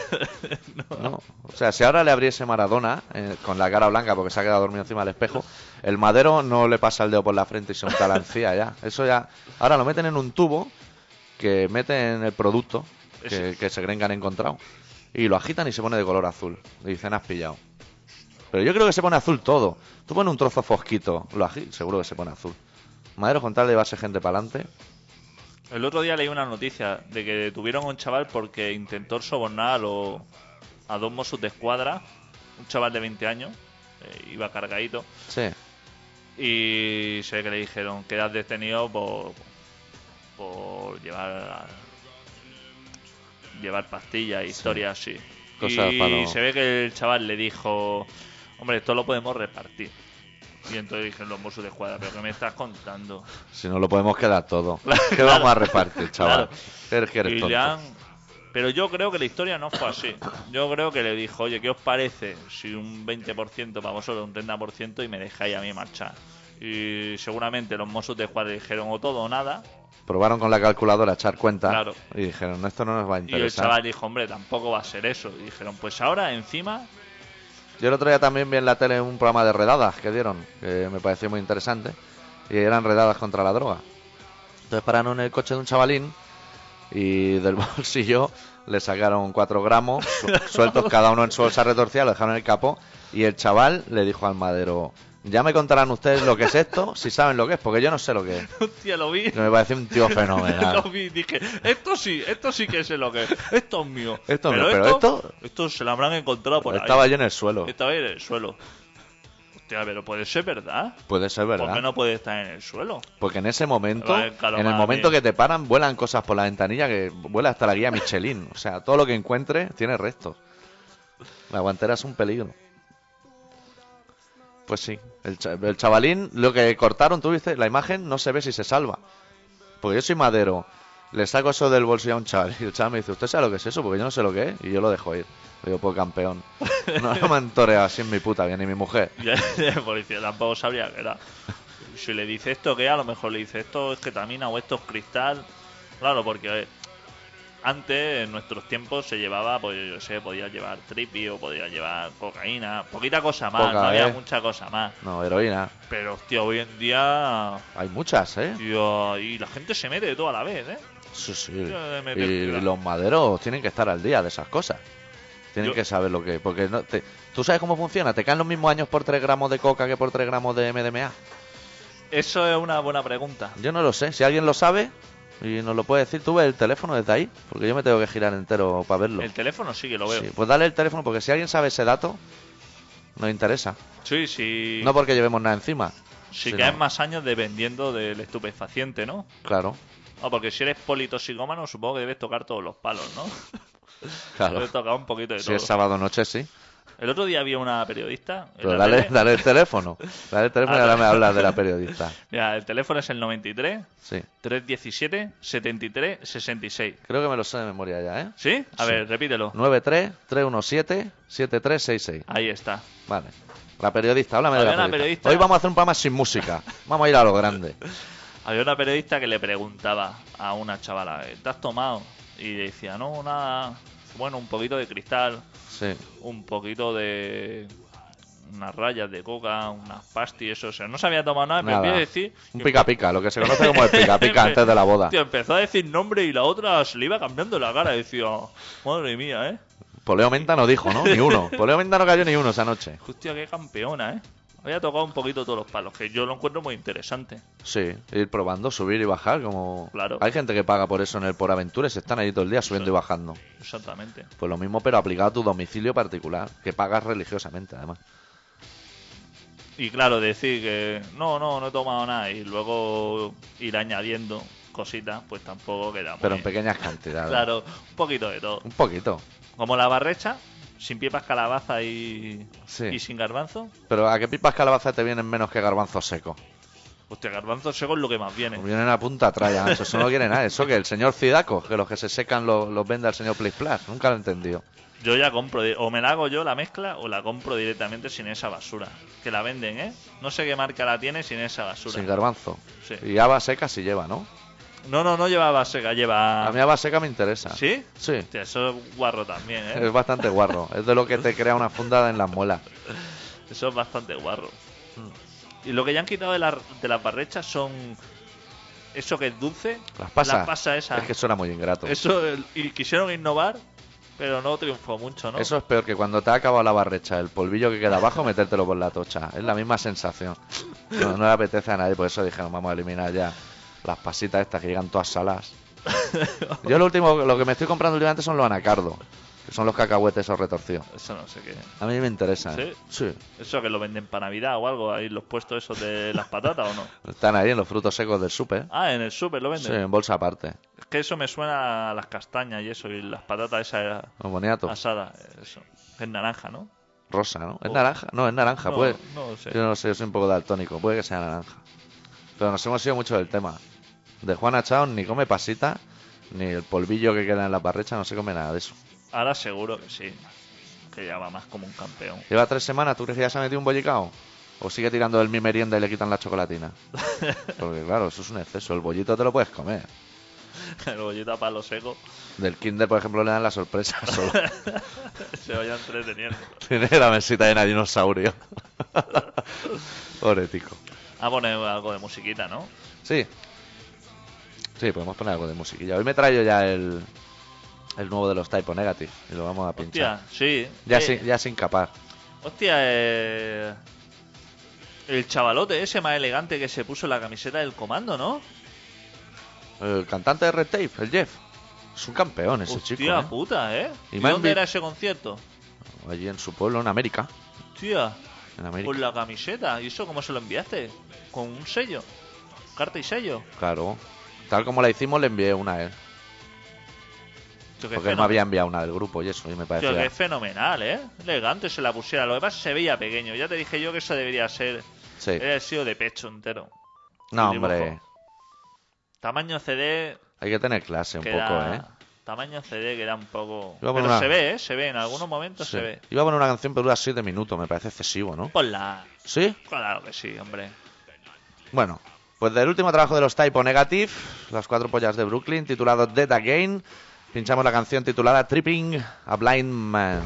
Speaker 2: no. O sea, si ahora le abriese Maradona eh, con la cara blanca porque se ha quedado dormido encima del espejo, el madero no le pasa el dedo por la frente y se unta la encía ya. Eso ya. Ahora lo meten en un tubo que meten el producto que,
Speaker 3: Ese.
Speaker 2: que se creen que han encontrado y lo agitan y se pone de color azul. Y dicen, has pillado. Pero yo creo que se pone azul todo. Tú pones un trozo fosquito, lo agitas, seguro que se pone azul. Madero con tal de llevarse gente para adelante.
Speaker 3: El otro día leí una noticia de que detuvieron a un chaval porque intentó sobornar a, los- a dos mozos de escuadra. Un chaval de 20 años, eh, iba cargadito.
Speaker 2: Sí.
Speaker 3: Y sé que le dijeron, quedas detenido por, por llevar llevar pastillas, historias así.
Speaker 2: Cosas
Speaker 3: y
Speaker 2: para lo-
Speaker 3: se ve que el chaval le dijo, hombre, esto lo podemos repartir. Y entonces dije, los mozos de cuadra, ¿pero qué me estás contando?
Speaker 2: Si no lo podemos quedar todo.
Speaker 3: Claro,
Speaker 2: ¿Qué vamos a repartir, chaval?
Speaker 3: claro.
Speaker 2: Eres que eres
Speaker 3: Y
Speaker 2: tonto.
Speaker 3: le han- Pero yo creo que la historia no fue así. Yo creo que le dijo, oye, ¿qué os parece si un 20% para vosotros, un 30% y me dejáis a mí marchar? Y seguramente los mozos de cuadra dijeron o todo o nada.
Speaker 2: Probaron con la calculadora a echar cuenta
Speaker 3: Claro.
Speaker 2: y dijeron, esto no nos va a
Speaker 3: Y el
Speaker 2: interesar.
Speaker 3: chaval dijo, hombre, tampoco va a ser eso. Y dijeron, pues ahora encima
Speaker 2: Yo el otro día también vi en la tele un programa de redadas que dieron, que me pareció muy interesante, y eran redadas contra la droga. Entonces pararon el coche de un chavalín y del bolsillo le sacaron 4 gramos su- sueltos cada uno en su bolsa retorcida, lo dejaron en el capó y el chaval le dijo al madero, ya me contarán ustedes lo que es esto, si saben lo que es, porque yo no sé lo que es.
Speaker 3: Hostia, lo vi.
Speaker 2: Que me parece un tío
Speaker 3: lo
Speaker 2: fenomenal.
Speaker 3: vi, dije, esto sí, esto sí que sé lo que es. Esto es mío.
Speaker 2: Esto es mío, pero esto-
Speaker 3: Esto se lo habrán encontrado por
Speaker 2: Estaba
Speaker 3: ahí. Este
Speaker 2: yo en el suelo.
Speaker 3: Estaba en el suelo. Hostia, pero puede ser verdad.
Speaker 2: Puede ser
Speaker 3: ¿Por
Speaker 2: verdad.
Speaker 3: qué no puede estar en el suelo?
Speaker 2: Porque en ese momento,
Speaker 3: Vale, claro,
Speaker 2: en el
Speaker 3: madre
Speaker 2: momento
Speaker 3: mía.
Speaker 2: que te paran, vuelan cosas por la ventanilla que vuela hasta la guía Michelin. O sea, todo lo que encuentres tiene restos. La guantera es un peligro. Pues sí, el, cha- el chavalín, lo que cortaron, tú viste, la imagen no se ve si se salva. Porque yo soy madero, le saco eso del bolsillo a un chaval y el chaval me dice, ¿usted sabe lo que es eso? Porque yo no sé lo que es y yo lo dejo ir. Digo, pues campeón. No me han toreado así en mi puta vida, ni mi mujer.
Speaker 3: Ya el policía tampoco sabría que era. Si le dice esto que a lo mejor le dice esto es ketamina o esto es cristal. Claro, porque eh, antes en nuestros tiempos se llevaba, pues yo sé, podía llevar tripi o podía llevar cocaína, poquita cosa más,
Speaker 2: Poca,
Speaker 3: no había
Speaker 2: ¿eh?
Speaker 3: mucha cosa más.
Speaker 2: No, heroína.
Speaker 3: Pero hostia, hoy en día
Speaker 2: Hay muchas, ¿eh?
Speaker 3: tío, y la gente se mete de todo a la vez, ¿eh?
Speaker 2: Sí, sí.
Speaker 3: de meter
Speaker 2: Y
Speaker 3: cuidado.
Speaker 2: los maderos tienen que estar al día de esas cosas. Tienen
Speaker 3: Yo-
Speaker 2: que saber lo que. Porque no te- tú sabes cómo funciona. Te caen los mismos años por 3 gramos de coca que por 3 gramos de MDMA.
Speaker 3: Eso es una buena pregunta.
Speaker 2: Yo no lo sé. Si alguien lo sabe y nos lo puede decir, tú ves el teléfono desde ahí. Porque yo me tengo que girar entero para verlo.
Speaker 3: El teléfono sí que lo veo.
Speaker 2: Sí, pues dale el teléfono porque si alguien sabe ese dato, nos interesa.
Speaker 3: Sí, sí.
Speaker 2: No pues, porque llevemos nada encima.
Speaker 3: sí
Speaker 2: sino-
Speaker 3: que hay más años dependiendo del estupefaciente, ¿no?
Speaker 2: Claro,
Speaker 3: Ah, porque si eres politoxicómano, supongo que debes tocar todos los palos, ¿no?
Speaker 2: claro.
Speaker 3: Debes tocar un poquito de
Speaker 2: Si
Speaker 3: todo.
Speaker 2: es sábado noche, sí.
Speaker 3: El otro día había una periodista. en
Speaker 2: Pero
Speaker 3: la
Speaker 2: dale,
Speaker 3: tele.
Speaker 2: dale el teléfono. Dale el teléfono y
Speaker 3: Ah,
Speaker 2: ahora
Speaker 3: dale.
Speaker 2: me hablas de la periodista.
Speaker 3: Mira, el teléfono es el 93
Speaker 2: Sí.
Speaker 3: 317 73 66.
Speaker 2: Creo que me lo sé de memoria ya, ¿eh?
Speaker 3: ¿Sí? A
Speaker 2: Sí.
Speaker 3: ver, repítelo.
Speaker 2: 93-317-7366.
Speaker 3: Ahí está.
Speaker 2: Vale. La periodista, háblame de la
Speaker 3: Había
Speaker 2: periodista.
Speaker 3: una periodista-
Speaker 2: Hoy vamos a hacer un programa sin música. Vamos a ir a lo grande.
Speaker 3: Había una periodista que le preguntaba a una chavala, ¿te has tomado? Y le decía, no, nada. Bueno, un poquito de cristal,
Speaker 2: Sí.
Speaker 3: un poquito de unas rayas de coca, unas pastis, eso. O sea, no se había tomado nada, me
Speaker 2: Nada.
Speaker 3: olvidé Ah, decir.
Speaker 2: Un pica pica, lo que se conoce como el pica pica antes de la boda.
Speaker 3: Tío, empezó a decir nombre y la otra se le iba cambiando la cara. Decía, madre mía, ¿eh?
Speaker 2: Poleo Menta no dijo, ¿no? Ni uno. Poleo Menta no cayó ni uno esa noche.
Speaker 3: Hostia, qué campeona, ¿eh? Había tocado un poquito todos los palos, que yo lo encuentro muy interesante.
Speaker 2: Sí, ir probando, subir y bajar. como
Speaker 3: Claro.
Speaker 2: Hay gente que paga por eso en el Por Aventuras. Están ahí todo el día subiendo
Speaker 3: Sí.
Speaker 2: y bajando.
Speaker 3: Exactamente.
Speaker 2: Pues lo mismo, pero aplicado a tu domicilio particular. Que pagas religiosamente, además.
Speaker 3: Y claro, decir que no, no, no he tomado nada y luego ir añadiendo cositas, pues tampoco queda muy
Speaker 2: Pero en pequeñas cantidades.
Speaker 3: Claro, un poquito de todo.
Speaker 2: Un poquito.
Speaker 3: Como la barrecha, sin piepas calabaza y,
Speaker 2: Sí.
Speaker 3: y sin garbanzo.
Speaker 2: Pero a qué pipas calabaza te vienen menos que garbanzo seco.
Speaker 3: Hostia, garbanzo seco es lo que más viene.
Speaker 2: Vienen a punta traya, ancho, eso no quiere nada. Eso que el señor Cidaco, que los que se secan lo- los, vende al señor Plis Plas. Nunca lo he entendido.
Speaker 3: Yo ya compro, di- o me la hago yo la mezcla o la compro directamente sin esa basura. Que la venden, ¿eh? No sé qué marca la tiene sin esa basura.
Speaker 2: Sin garbanzo.
Speaker 3: Sí.
Speaker 2: Y haba seca sí lleva, ¿no?
Speaker 3: No, no, no lleva baseca, lleva.
Speaker 2: A mí haba seca me interesa.
Speaker 3: Ah. ¿Sí?
Speaker 2: Sí.
Speaker 3: Hostia, eso es guarro también, ¿eh?
Speaker 2: Es bastante guarro. Es de lo que te crea una fundada en las muelas.
Speaker 3: Eso es bastante guarro. Mm. Y lo que ya han quitado de, la- de las barrechas son. Eso que es dulce.
Speaker 2: Las pasas.
Speaker 3: Las pasas esas.
Speaker 2: Es que suena muy ingrato.
Speaker 3: Eso, el- y quisieron innovar, pero no triunfó mucho, ¿no?
Speaker 2: Eso es peor que cuando te ha acabado la barrecha, el polvillo que queda abajo, metértelo por la tocha. Es la misma sensación. No, no le apetece a nadie, por eso dijeron, vamos a eliminar ya las pasitas estas que llegan todas salas. Yo lo último, lo que me estoy comprando últimamente son los anacardos, que son los cacahuetes esos retorcidos.
Speaker 3: Eso no sé qué. es.
Speaker 2: A mí me interesan.
Speaker 3: ¿Sí?
Speaker 2: Sí.
Speaker 3: Eso que lo venden para Navidad o algo, ahí los puestos esos de las patatas o no.
Speaker 2: Están ahí en los frutos secos del súper.
Speaker 3: Ah, en el súper lo venden.
Speaker 2: Sí, en bolsa aparte.
Speaker 3: Es que eso me suena a las castañas y eso, y las patatas esas
Speaker 2: Los boniatos.
Speaker 3: asadas, eso. Es naranja, ¿no?
Speaker 2: rosa, ¿no? ¿Es
Speaker 3: Ah, Oh.
Speaker 2: naranja? No, es naranja,
Speaker 3: No,
Speaker 2: puede.
Speaker 3: no lo sé.
Speaker 2: pues. Yo no lo sé, yo soy un poco daltónico, puede que sea naranja. Pero nos hemos ido mucho del tema. De Juana Chao ni come pasita, ni el polvillo que queda en la barrecha, no se come nada de eso.
Speaker 3: Ahora seguro que sí. Que ya va más como un campeón.
Speaker 2: Lleva tres semanas, ¿tú crees que ya se ha metido un bollicao? ¿O sigue tirando del mi merienda y le quitan la chocolatina? Porque claro, eso es un exceso, el bollito te lo puedes comer.
Speaker 3: El bollito a palo seco
Speaker 2: Del kinder, por ejemplo, le dan la sorpresa solo.
Speaker 3: se vaya entreteniendo.
Speaker 2: Tiene la mesita llena de dinosaurio. Pobre tico.
Speaker 3: A poner Ah, algo de musiquita, ¿no?
Speaker 2: Sí. Sí, podemos poner algo de musiquilla. Hoy me traigo ya el, el nuevo de los Typo Negative y lo vamos a pinchar.
Speaker 3: Hostia, sí.
Speaker 2: Ya,
Speaker 3: Eh,
Speaker 2: sin, ya sin capar.
Speaker 3: Hostia, eh, el chavalote ese más elegante que se puso la camiseta del comando, ¿no?
Speaker 2: El cantante de Red Tape, el Jeff. Es un campeón ese
Speaker 3: Hostia
Speaker 2: chico. ¿eh?
Speaker 3: puta, ¿eh?
Speaker 2: Y
Speaker 3: ¿Y
Speaker 2: me han
Speaker 3: dónde
Speaker 2: vi-
Speaker 3: era ese concierto?
Speaker 2: Allí en su pueblo, en América.
Speaker 3: Hostia,
Speaker 2: En América.
Speaker 3: con la camiseta. ¿Y eso cómo se lo enviaste? ¿Con un sello? ¿Carta y sello?
Speaker 2: Claro. Tal como la hicimos, le envié una a él.
Speaker 3: Tío,
Speaker 2: Porque
Speaker 3: qué
Speaker 2: él
Speaker 3: fenómeno.
Speaker 2: me había enviado una del grupo y eso, y me
Speaker 3: Tío, que
Speaker 2: parecía.
Speaker 3: es fenomenal, ¿eh? Elegante se la pusiera. Lo que pasa es que se veía pequeño. Ya te dije yo que eso debería ser.
Speaker 2: Sí.
Speaker 3: Debería haber sido de pecho entero.
Speaker 2: No,
Speaker 3: el eh, dibujo.
Speaker 2: hombre.
Speaker 3: Tamaño CD.
Speaker 2: Hay que tener clase un
Speaker 3: queda...
Speaker 2: poco, ¿eh?
Speaker 3: Tamaño CD queda un poco.
Speaker 2: Iba a
Speaker 3: Pero
Speaker 2: poner una-
Speaker 3: se ve, ¿eh? Se ve. En algunos momentos
Speaker 2: Sí.
Speaker 3: se ve.
Speaker 2: Iba a poner una canción, pero dura 7 minutos, me parece excesivo, ¿no?
Speaker 3: Ponla.
Speaker 2: ¿Sí?
Speaker 3: Claro que sí, hombre.
Speaker 2: Bueno, pues del último trabajo de los Typo Negative, las cuatro pollas de Brooklyn, titulado Dead Again, pinchamos la canción titulada Tripping a Blind Man.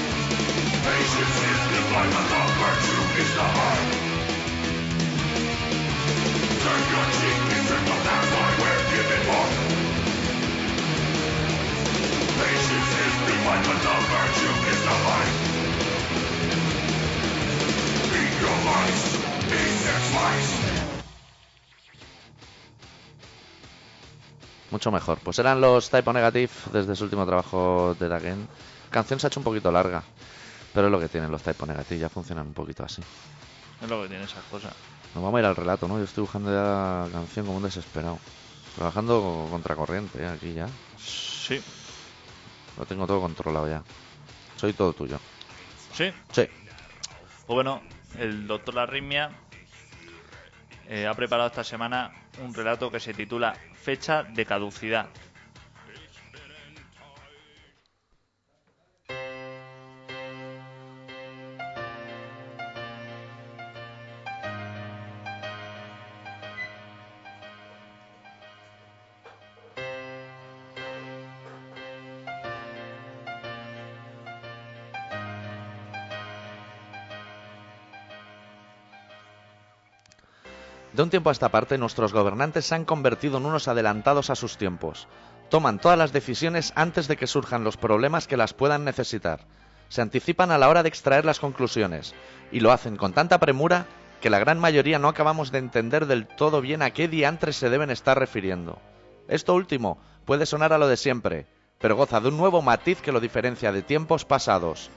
Speaker 1: Patience is the life of the virtue is the heart. Turn your cheek in circle that why we're given more. Patience is the life of the virtue is the heart. Eat your lice, eat their slice.
Speaker 2: Mucho mejor. Pues eran los Type O Negative desde su último trabajo de Dagen. Canción se ha hecho un poquito larga, pero es lo que tienen los Type O Negative, ya funcionan un poquito así.
Speaker 3: Es lo que tiene esas cosas.
Speaker 2: Nos vamos a ir al relato, ¿no? Yo estoy buscando ya la canción como un desesperado. Trabajando contracorriente ¿eh? aquí ya.
Speaker 3: Sí,
Speaker 2: Lo tengo todo controlado ya. Soy todo tuyo.
Speaker 3: sí.
Speaker 2: Sí.
Speaker 3: Pues bueno, el doctor Larrimia eh, ha preparado esta semana un relato que se titula Fecha de caducidad.
Speaker 2: De un tiempo a esta parte, nuestros gobernantes se han convertido en unos adelantados a sus tiempos. Toman todas las decisiones antes de que surjan los problemas que las puedan necesitar. Se anticipan a la hora de extraer las conclusiones. Y lo hacen con tanta premura que la gran mayoría no acabamos de entender del todo bien a qué diantres se deben estar refiriendo. Esto último puede sonar a lo de siempre, pero goza de un nuevo matiz que lo diferencia de tiempos pasados.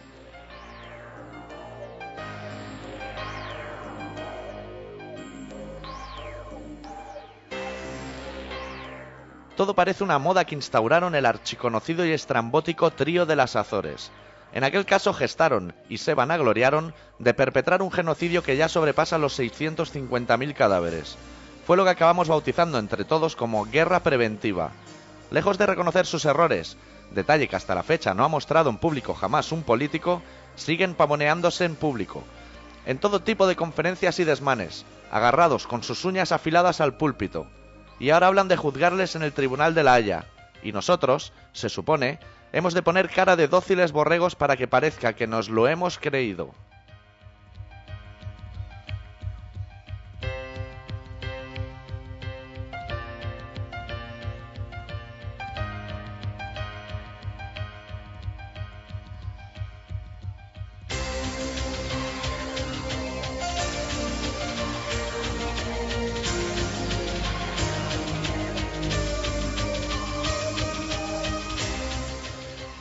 Speaker 2: Todo parece una moda que instauraron el archiconocido y estrambótico trío de las Azores. En aquel caso gestaron y se vanagloriaron de perpetrar un genocidio que ya sobrepasa los 650.000 cadáveres. Fue lo que acabamos bautizando entre todos como guerra preventiva. Lejos de reconocer sus errores, detalle que hasta la fecha no ha mostrado en público jamás un político, siguen pavoneándose en público, en todo tipo de conferencias y desmanes, agarrados con sus uñas afiladas al púlpito. Y ahora hablan de juzgarles en el Tribunal de la Haya. Y nosotros, se supone, hemos de poner cara de dóciles borregos para que parezca que nos lo hemos creído.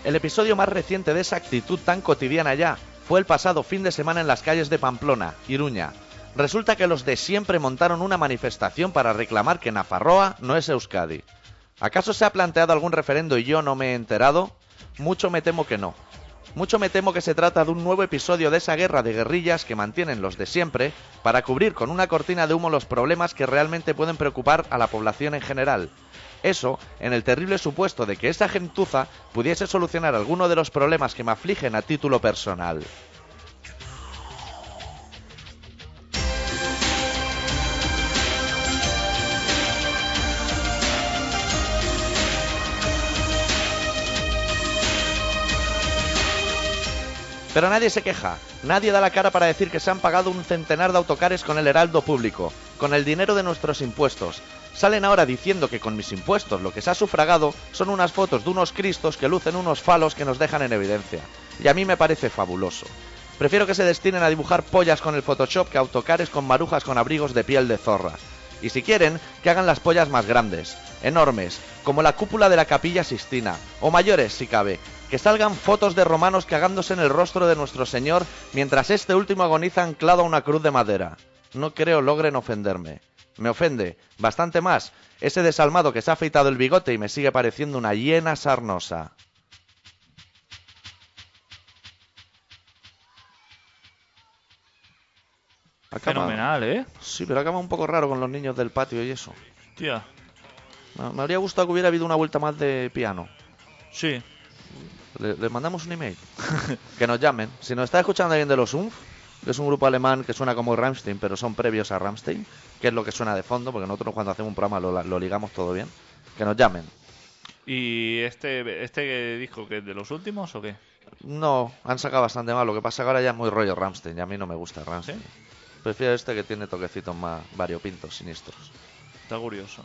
Speaker 2: El episodio más reciente de esa actitud tan cotidiana ya fue el pasado fin de semana en las calles de Pamplona, Iruña. Resulta que los de siempre montaron una manifestación para reclamar que Nafarroa no es Euskadi. ¿Acaso se ha planteado algún referendo y yo no me he enterado? Mucho me temo que no. Mucho me temo que se trata de un nuevo episodio de esa guerra de guerrillas que mantienen los de siempre para cubrir con una cortina de humo los problemas que realmente pueden preocupar a la población en general. Eso, en el terrible supuesto de que esa gentuza pudiese solucionar alguno de los problemas que me afligen a título personal. Pero nadie se queja, nadie da la cara para decir que se han pagado un centenar de autocares con el heraldo público, con el dinero de nuestros impuestos. Salen ahora diciendo que con mis impuestos lo que se ha sufragado son unas fotos de unos cristos que lucen unos falos que nos dejan en evidencia. Y a mí me parece fabuloso. Prefiero que se destinen a dibujar pollas con el Photoshop que autocares con marujas con abrigos de piel de zorra. Y si quieren, que hagan las pollas más grandes, enormes, como la cúpula de la capilla Sistina, o mayores si cabe, que salgan fotos de romanos cagándose en el rostro de nuestro Señor mientras este último agoniza anclado a una cruz de madera. No creo logren ofenderme. Me ofende, bastante más, ese desalmado que se ha afeitado el bigote y me sigue pareciendo una hiena sarnosa. Acaba-
Speaker 3: Fenomenal, ¿eh?
Speaker 2: Sí, pero acaba un poco raro con los niños del patio y eso.
Speaker 3: Tía,
Speaker 2: Me me habría gustado que hubiera habido una vuelta más de piano.
Speaker 3: sí.
Speaker 2: Le, le mandamos un email. que nos llamen. Si nos está escuchando alguien de los UNF, que es un grupo alemán que suena como Rammstein, pero son previos a Rammstein, que es lo que suena de fondo, porque nosotros cuando hacemos un programa lo, lo ligamos todo bien. Que nos llamen.
Speaker 3: ¿Y este, este disco que es de los últimos o qué?
Speaker 2: No, han sacado bastante mal. Lo que pasa que ahora ya es muy rollo Rammstein y a mí no me gusta Rammstein.
Speaker 3: ¿Sí?
Speaker 2: Prefiero este que tiene toquecitos más variopintos, siniestros.
Speaker 3: Está curioso.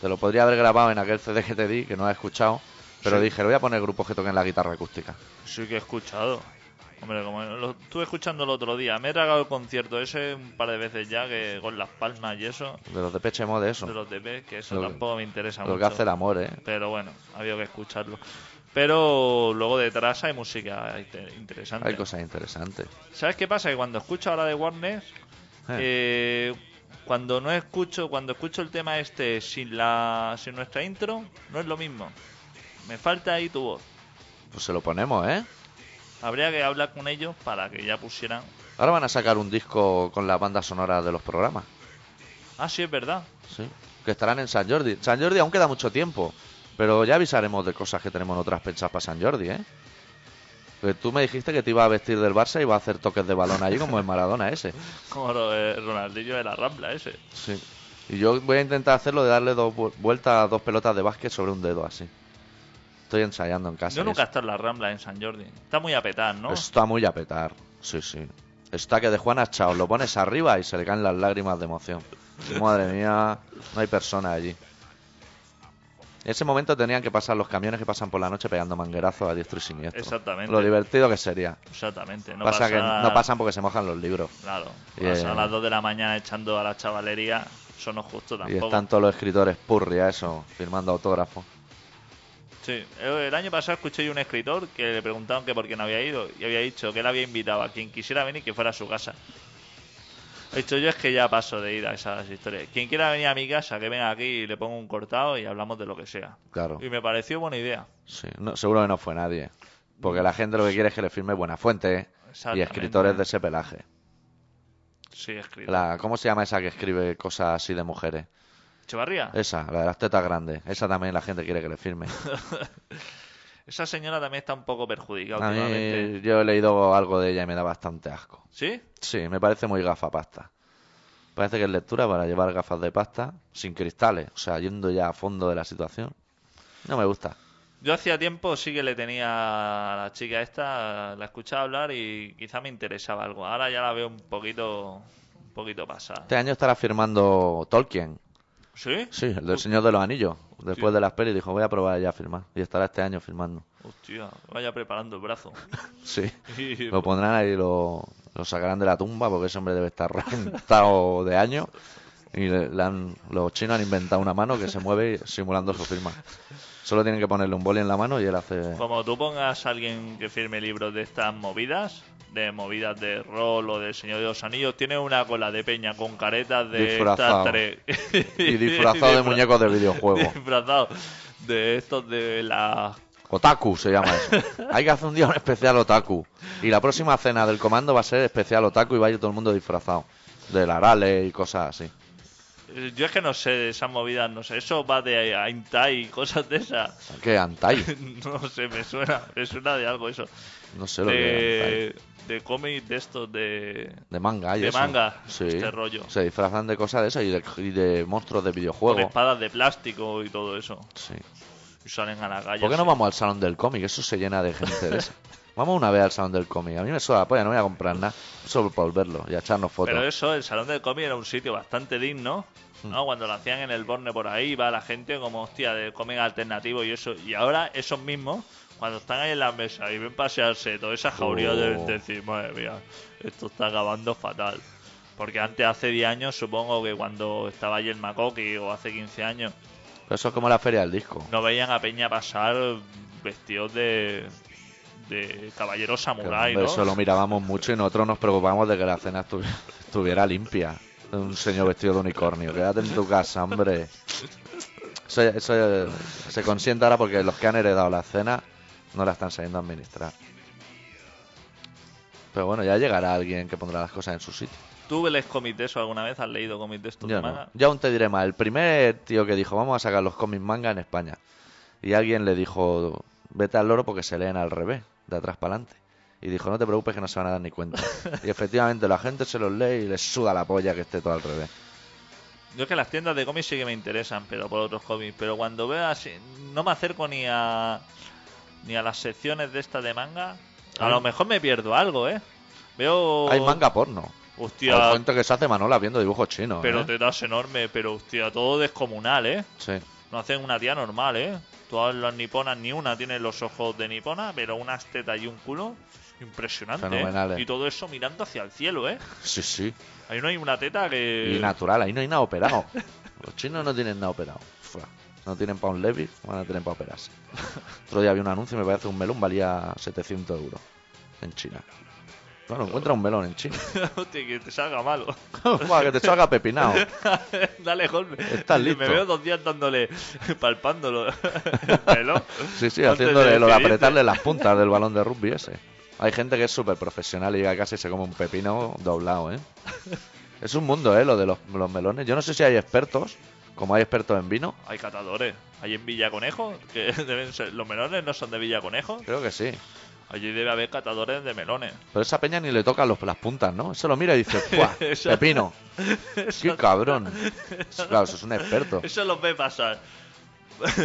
Speaker 2: Te lo podría haber grabado en aquel CD que te di, que no has escuchado, pero
Speaker 3: Sí.
Speaker 2: dije, le voy a poner grupos que toquen la guitarra acústica.
Speaker 3: Sí que he escuchado. Hombre, como lo estuve escuchando el otro día, me he tragado el concierto ese un par de veces ya, que con las palmas y eso,
Speaker 2: De los de Peche Mode, eso.
Speaker 3: de los DP, que eso
Speaker 2: Lo que-
Speaker 3: tampoco me interesa
Speaker 2: Lo
Speaker 3: mucho.
Speaker 2: que hace el amor, ¿eh?
Speaker 3: Pero bueno, había que escucharlo. Pero luego detrás hay música inte- interesante.
Speaker 2: Hay cosas interesantes.
Speaker 3: ¿Sabes qué pasa? Que cuando escucho ahora de Warner,
Speaker 2: Eh,
Speaker 3: eh, cuando no escucho, cuando escucho el tema este sin la sin nuestra intro, no es lo mismo. Me falta ahí tu voz.
Speaker 2: Pues se lo ponemos, ¿eh?
Speaker 3: Habría que hablar con ellos para que ya pusieran.
Speaker 2: Ahora van a sacar un disco con las bandas sonoras de los programas.
Speaker 3: Ah, sí, es verdad.
Speaker 2: Sí. Que estarán en San Jordi. San Jordi aún queda mucho tiempo. Pero ya avisaremos de cosas que tenemos otras pensadas para San Jordi, ¿eh? Que tú me dijiste que te iba a vestir del Barça y iba a hacer toques de balón allí como en Maradona ese.
Speaker 3: Como Ro- eh, Ronaldinho de la Rambla ese.
Speaker 2: Sí. Y yo voy a intentar hacerlo de darle dos vu- vueltas a dos pelotas de básquet sobre un dedo así. Estoy ensayando en casa.
Speaker 3: Yo
Speaker 2: y
Speaker 3: nunca he
Speaker 2: eso.
Speaker 3: estado en la Rambla en San Jordi. Está muy a petar, ¿no?
Speaker 2: Está muy a petar. Sí, sí. Está que de Juana Chao lo pones arriba y se le caen las lágrimas de emoción. Madre mía, no hay persona allí. En ese momento tenían que pasar los camiones que pasan por la noche pegando manguerazos a diestro y siniestro.
Speaker 3: Exactamente.
Speaker 2: Lo divertido que sería.
Speaker 3: Exactamente. No
Speaker 2: pasa,
Speaker 3: pasa
Speaker 2: que no pasan porque se mojan los libros.
Speaker 3: Claro.
Speaker 2: Y, eh,
Speaker 3: Pasan a las 2 de la mañana echando a la chavalería. Eso no es justo
Speaker 2: Y
Speaker 3: tampoco.
Speaker 2: están todos los escritores purri a eso, firmando autógrafos.
Speaker 3: Sí, el año pasado escuché yo un escritor que le preguntaron que por qué no había ido y había dicho que él había invitado a quien quisiera venir que fuera a su casa. He dicho yo es que ya paso de ir a esas historias. Quien quiera venir a mi casa, que venga aquí y le pongo un cortado y hablamos de lo que sea.
Speaker 2: Claro.
Speaker 3: Y me pareció buena idea.
Speaker 2: Sí, no- seguro que no fue nadie. Porque la gente lo que quiere es que le firme buena fuente y
Speaker 3: Exactamente.
Speaker 2: escritores de ese pelaje.
Speaker 3: Sí, escritor.
Speaker 2: La, ¿Cómo se llama esa que escribe cosas así de mujeres?
Speaker 3: Echevarría.
Speaker 2: Esa, la de las tetas grandes. Esa también la gente quiere que le firme.
Speaker 3: Esa señora también está un poco perjudicada
Speaker 2: A
Speaker 3: últimamente.
Speaker 2: mí, yo he leído algo de ella y me da bastante asco.
Speaker 3: ¿Sí?
Speaker 2: Sí, me parece muy gafapasta. Parece que es lectura para llevar gafas de pasta sin cristales, o sea, yendo ya a fondo de la situación. No me gusta.
Speaker 3: Yo hacía tiempo sí que le tenía a la chica esta, la escuchaba hablar y quizá me interesaba algo. Ahora ya la veo un poquito, un poquito pasada.
Speaker 2: Este año estará firmando Tolkien.
Speaker 3: ¿Sí?
Speaker 2: Sí, el del Señor de los Anillos. Después
Speaker 3: Hostia.
Speaker 2: de las pelis dijo, voy a probar ya a firmar. Y estará este año firmando.
Speaker 3: Hostia, vaya preparando el brazo.
Speaker 2: Sí.
Speaker 3: Y-
Speaker 2: Lo pondrán ahí, lo, lo sacarán de la tumba porque ese hombre debe estar reventado de años. Y le- le han- los chinos han inventado una mano que se mueve simulando su firma. Solo tienen que ponerle un boli en la mano y él hace...
Speaker 3: Como tú pongas a alguien que firme libros de estas movidas, de movidas de rol o del Señor de los Anillos, tiene una cola de peña con caretas de
Speaker 2: Disfrazado.
Speaker 3: estas tres.
Speaker 2: Y disfrazado de
Speaker 3: Disfra-
Speaker 2: muñecos de videojuego.
Speaker 3: Disfrazado de estos de la...
Speaker 2: Otaku se llama eso. Hay que hacer un día un especial otaku. Y la próxima cena del comando va a ser especial otaku y va a ir todo el mundo disfrazado. De larales y cosas así.
Speaker 3: Eh, Yo es que no sé de esas movidas, no sé. Eso va de Aintai y cosas de esas.
Speaker 2: ¿Qué antai?
Speaker 3: No sé, me suena, me suena de algo eso.
Speaker 2: No sé lo que era hentai.
Speaker 3: De, de cómic de estos de...
Speaker 2: De manga Ah, y
Speaker 3: de
Speaker 2: eso.
Speaker 3: manga,
Speaker 2: Sí.
Speaker 3: este rollo.
Speaker 2: Se disfrazan de cosas de esas y de, y de monstruos de
Speaker 3: Con
Speaker 2: videojuegos.
Speaker 3: espadas de plástico y todo eso.
Speaker 2: Sí.
Speaker 3: Y salen a la calle.
Speaker 2: ¿Por qué no
Speaker 3: así.
Speaker 2: vamos al salón del cómic? Eso se llena de gente de esa. Vamos una vez al salón del cómic. A mí me suda la polla, no voy a comprar nada. Solo por verlo y a echarnos fotos.
Speaker 3: Pero eso, el salón del cómic era un sitio bastante digno,
Speaker 2: Hmm.
Speaker 3: ¿no? Cuando lo hacían en el Borne por ahí, va la gente como, hostia, de cómic alternativo y eso. Y ahora esos mismos, cuando están ahí en la mesa y ven pasearse toda esa jauría,
Speaker 2: Oh.
Speaker 3: deben decir, madre mía, esto está acabando fatal. Porque antes, hace 10 años, supongo que cuando estaba ahí el Makoki o hace 15 años,
Speaker 2: Pero eso es como la feria del disco.
Speaker 3: no veían a Peña pasar vestidos de, de caballero
Speaker 2: Que,
Speaker 3: samurái,
Speaker 2: hombre,
Speaker 3: ¿no?
Speaker 2: Eso lo mirábamos mucho y nosotros nos preocupábamos de que la cena estu- estuviera limpia. Un señor vestido de unicornio. Quédate en tu casa, hombre. Eso, eso se consiente ahora porque los que han heredado la cena no la están sabiendo administrar. Pero bueno, ya llegará alguien que pondrá las cosas en su sitio.
Speaker 3: ¿Tú lees cómics de eso alguna vez? ¿Has leído cómics de esto?
Speaker 2: Yo,
Speaker 3: de
Speaker 2: no.
Speaker 3: manga?
Speaker 2: Yo aún te diré más. El primer tío que dijo, vamos a sacar los cómics manga en España. Y alguien le dijo, vete al loro porque se leen al revés, de atrás para adelante. Y dijo, no te preocupes que no se van a dar ni cuenta. y efectivamente la gente se los lee y les suda la polla que esté todo al revés.
Speaker 3: Yo es que las tiendas de cómics sí que me interesan, pero por otros cómics. Pero cuando veo así, no me acerco ni a ni a las secciones de esta de manga. A
Speaker 2: Ay.
Speaker 3: lo mejor me pierdo algo, ¿eh? Veo.
Speaker 2: Hay manga porno. Al
Speaker 3: Hostia,
Speaker 2: cuento que se hace Manola viendo dibujos chinos.
Speaker 3: pero
Speaker 2: ¿eh?
Speaker 3: te das enorme, pero hostia, todo descomunal, ¿eh?
Speaker 2: Sí.
Speaker 3: No hacen una tía normal, ¿eh? Todas las niponas, ni una tiene los ojos de nipona, pero unas tetas y un culo impresionante. ¿eh?
Speaker 2: Fenomenales.
Speaker 3: Y todo eso mirando hacia el cielo, ¿eh?
Speaker 2: Sí, sí.
Speaker 3: Ahí no hay una teta que.
Speaker 2: Y natural, ahí no hay nada operado. Los chinos no tienen nada operado. Fua. No tienen para un Levi, van a tener para operarse. Otro día había un anuncio, me parece un melón valía 700 euros en China. Bueno, encuentra un melón en China.
Speaker 3: Hostia, que te salga malo.
Speaker 2: Para que te salga pepinado.
Speaker 3: Dale, Holmes.
Speaker 2: Estás listo.
Speaker 3: Me veo dos días dándole, palpándolo. el pelo.
Speaker 2: Sí, sí,
Speaker 3: Antes
Speaker 2: haciéndole
Speaker 3: de
Speaker 2: lo de
Speaker 3: decidirte.
Speaker 2: apretarle las puntas del balón de rugby ese. Hay gente que es súper profesional y llega casi se come un pepino doblado, ¿eh? Es un mundo, ¿eh? Lo de los, los melones. Yo no sé si hay expertos, como hay expertos en vino.
Speaker 3: Hay catadores. Allí en Villaconejo, que deben ser. Los melones no son de Villaconejo.
Speaker 2: Creo que sí.
Speaker 3: Allí debe haber catadores de melones.
Speaker 2: Pero esa peña ni le toca los, las puntas, ¿no? Se lo mira y dice, ¡buah!
Speaker 3: Eso-
Speaker 2: ¡Pepino! ¡Qué
Speaker 3: Eso-
Speaker 2: cabrón! Claro, eso es un experto.
Speaker 3: Eso los ve pasar.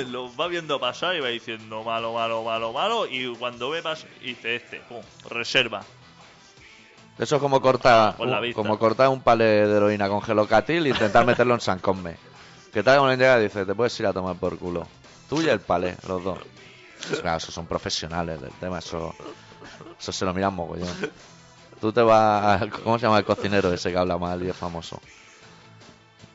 Speaker 3: los va viendo pasar y va diciendo malo, malo, malo, malo. Y cuando ve pasar, dice este, pum, reserva.
Speaker 2: Eso es como cortar,
Speaker 3: Con la
Speaker 2: un-
Speaker 3: vista.
Speaker 2: como cortar un palé de heroína con gelocatil e intentar meterlo en San Cosme. Que tal como le llega y dice, te puedes ir a tomar por culo. Tú y el palé, los dos. Claro, esos son profesionales del tema, eso, eso se lo miran mogollón. Tú te vas al, ¿cómo se llama el cocinero ese que habla mal y es famoso?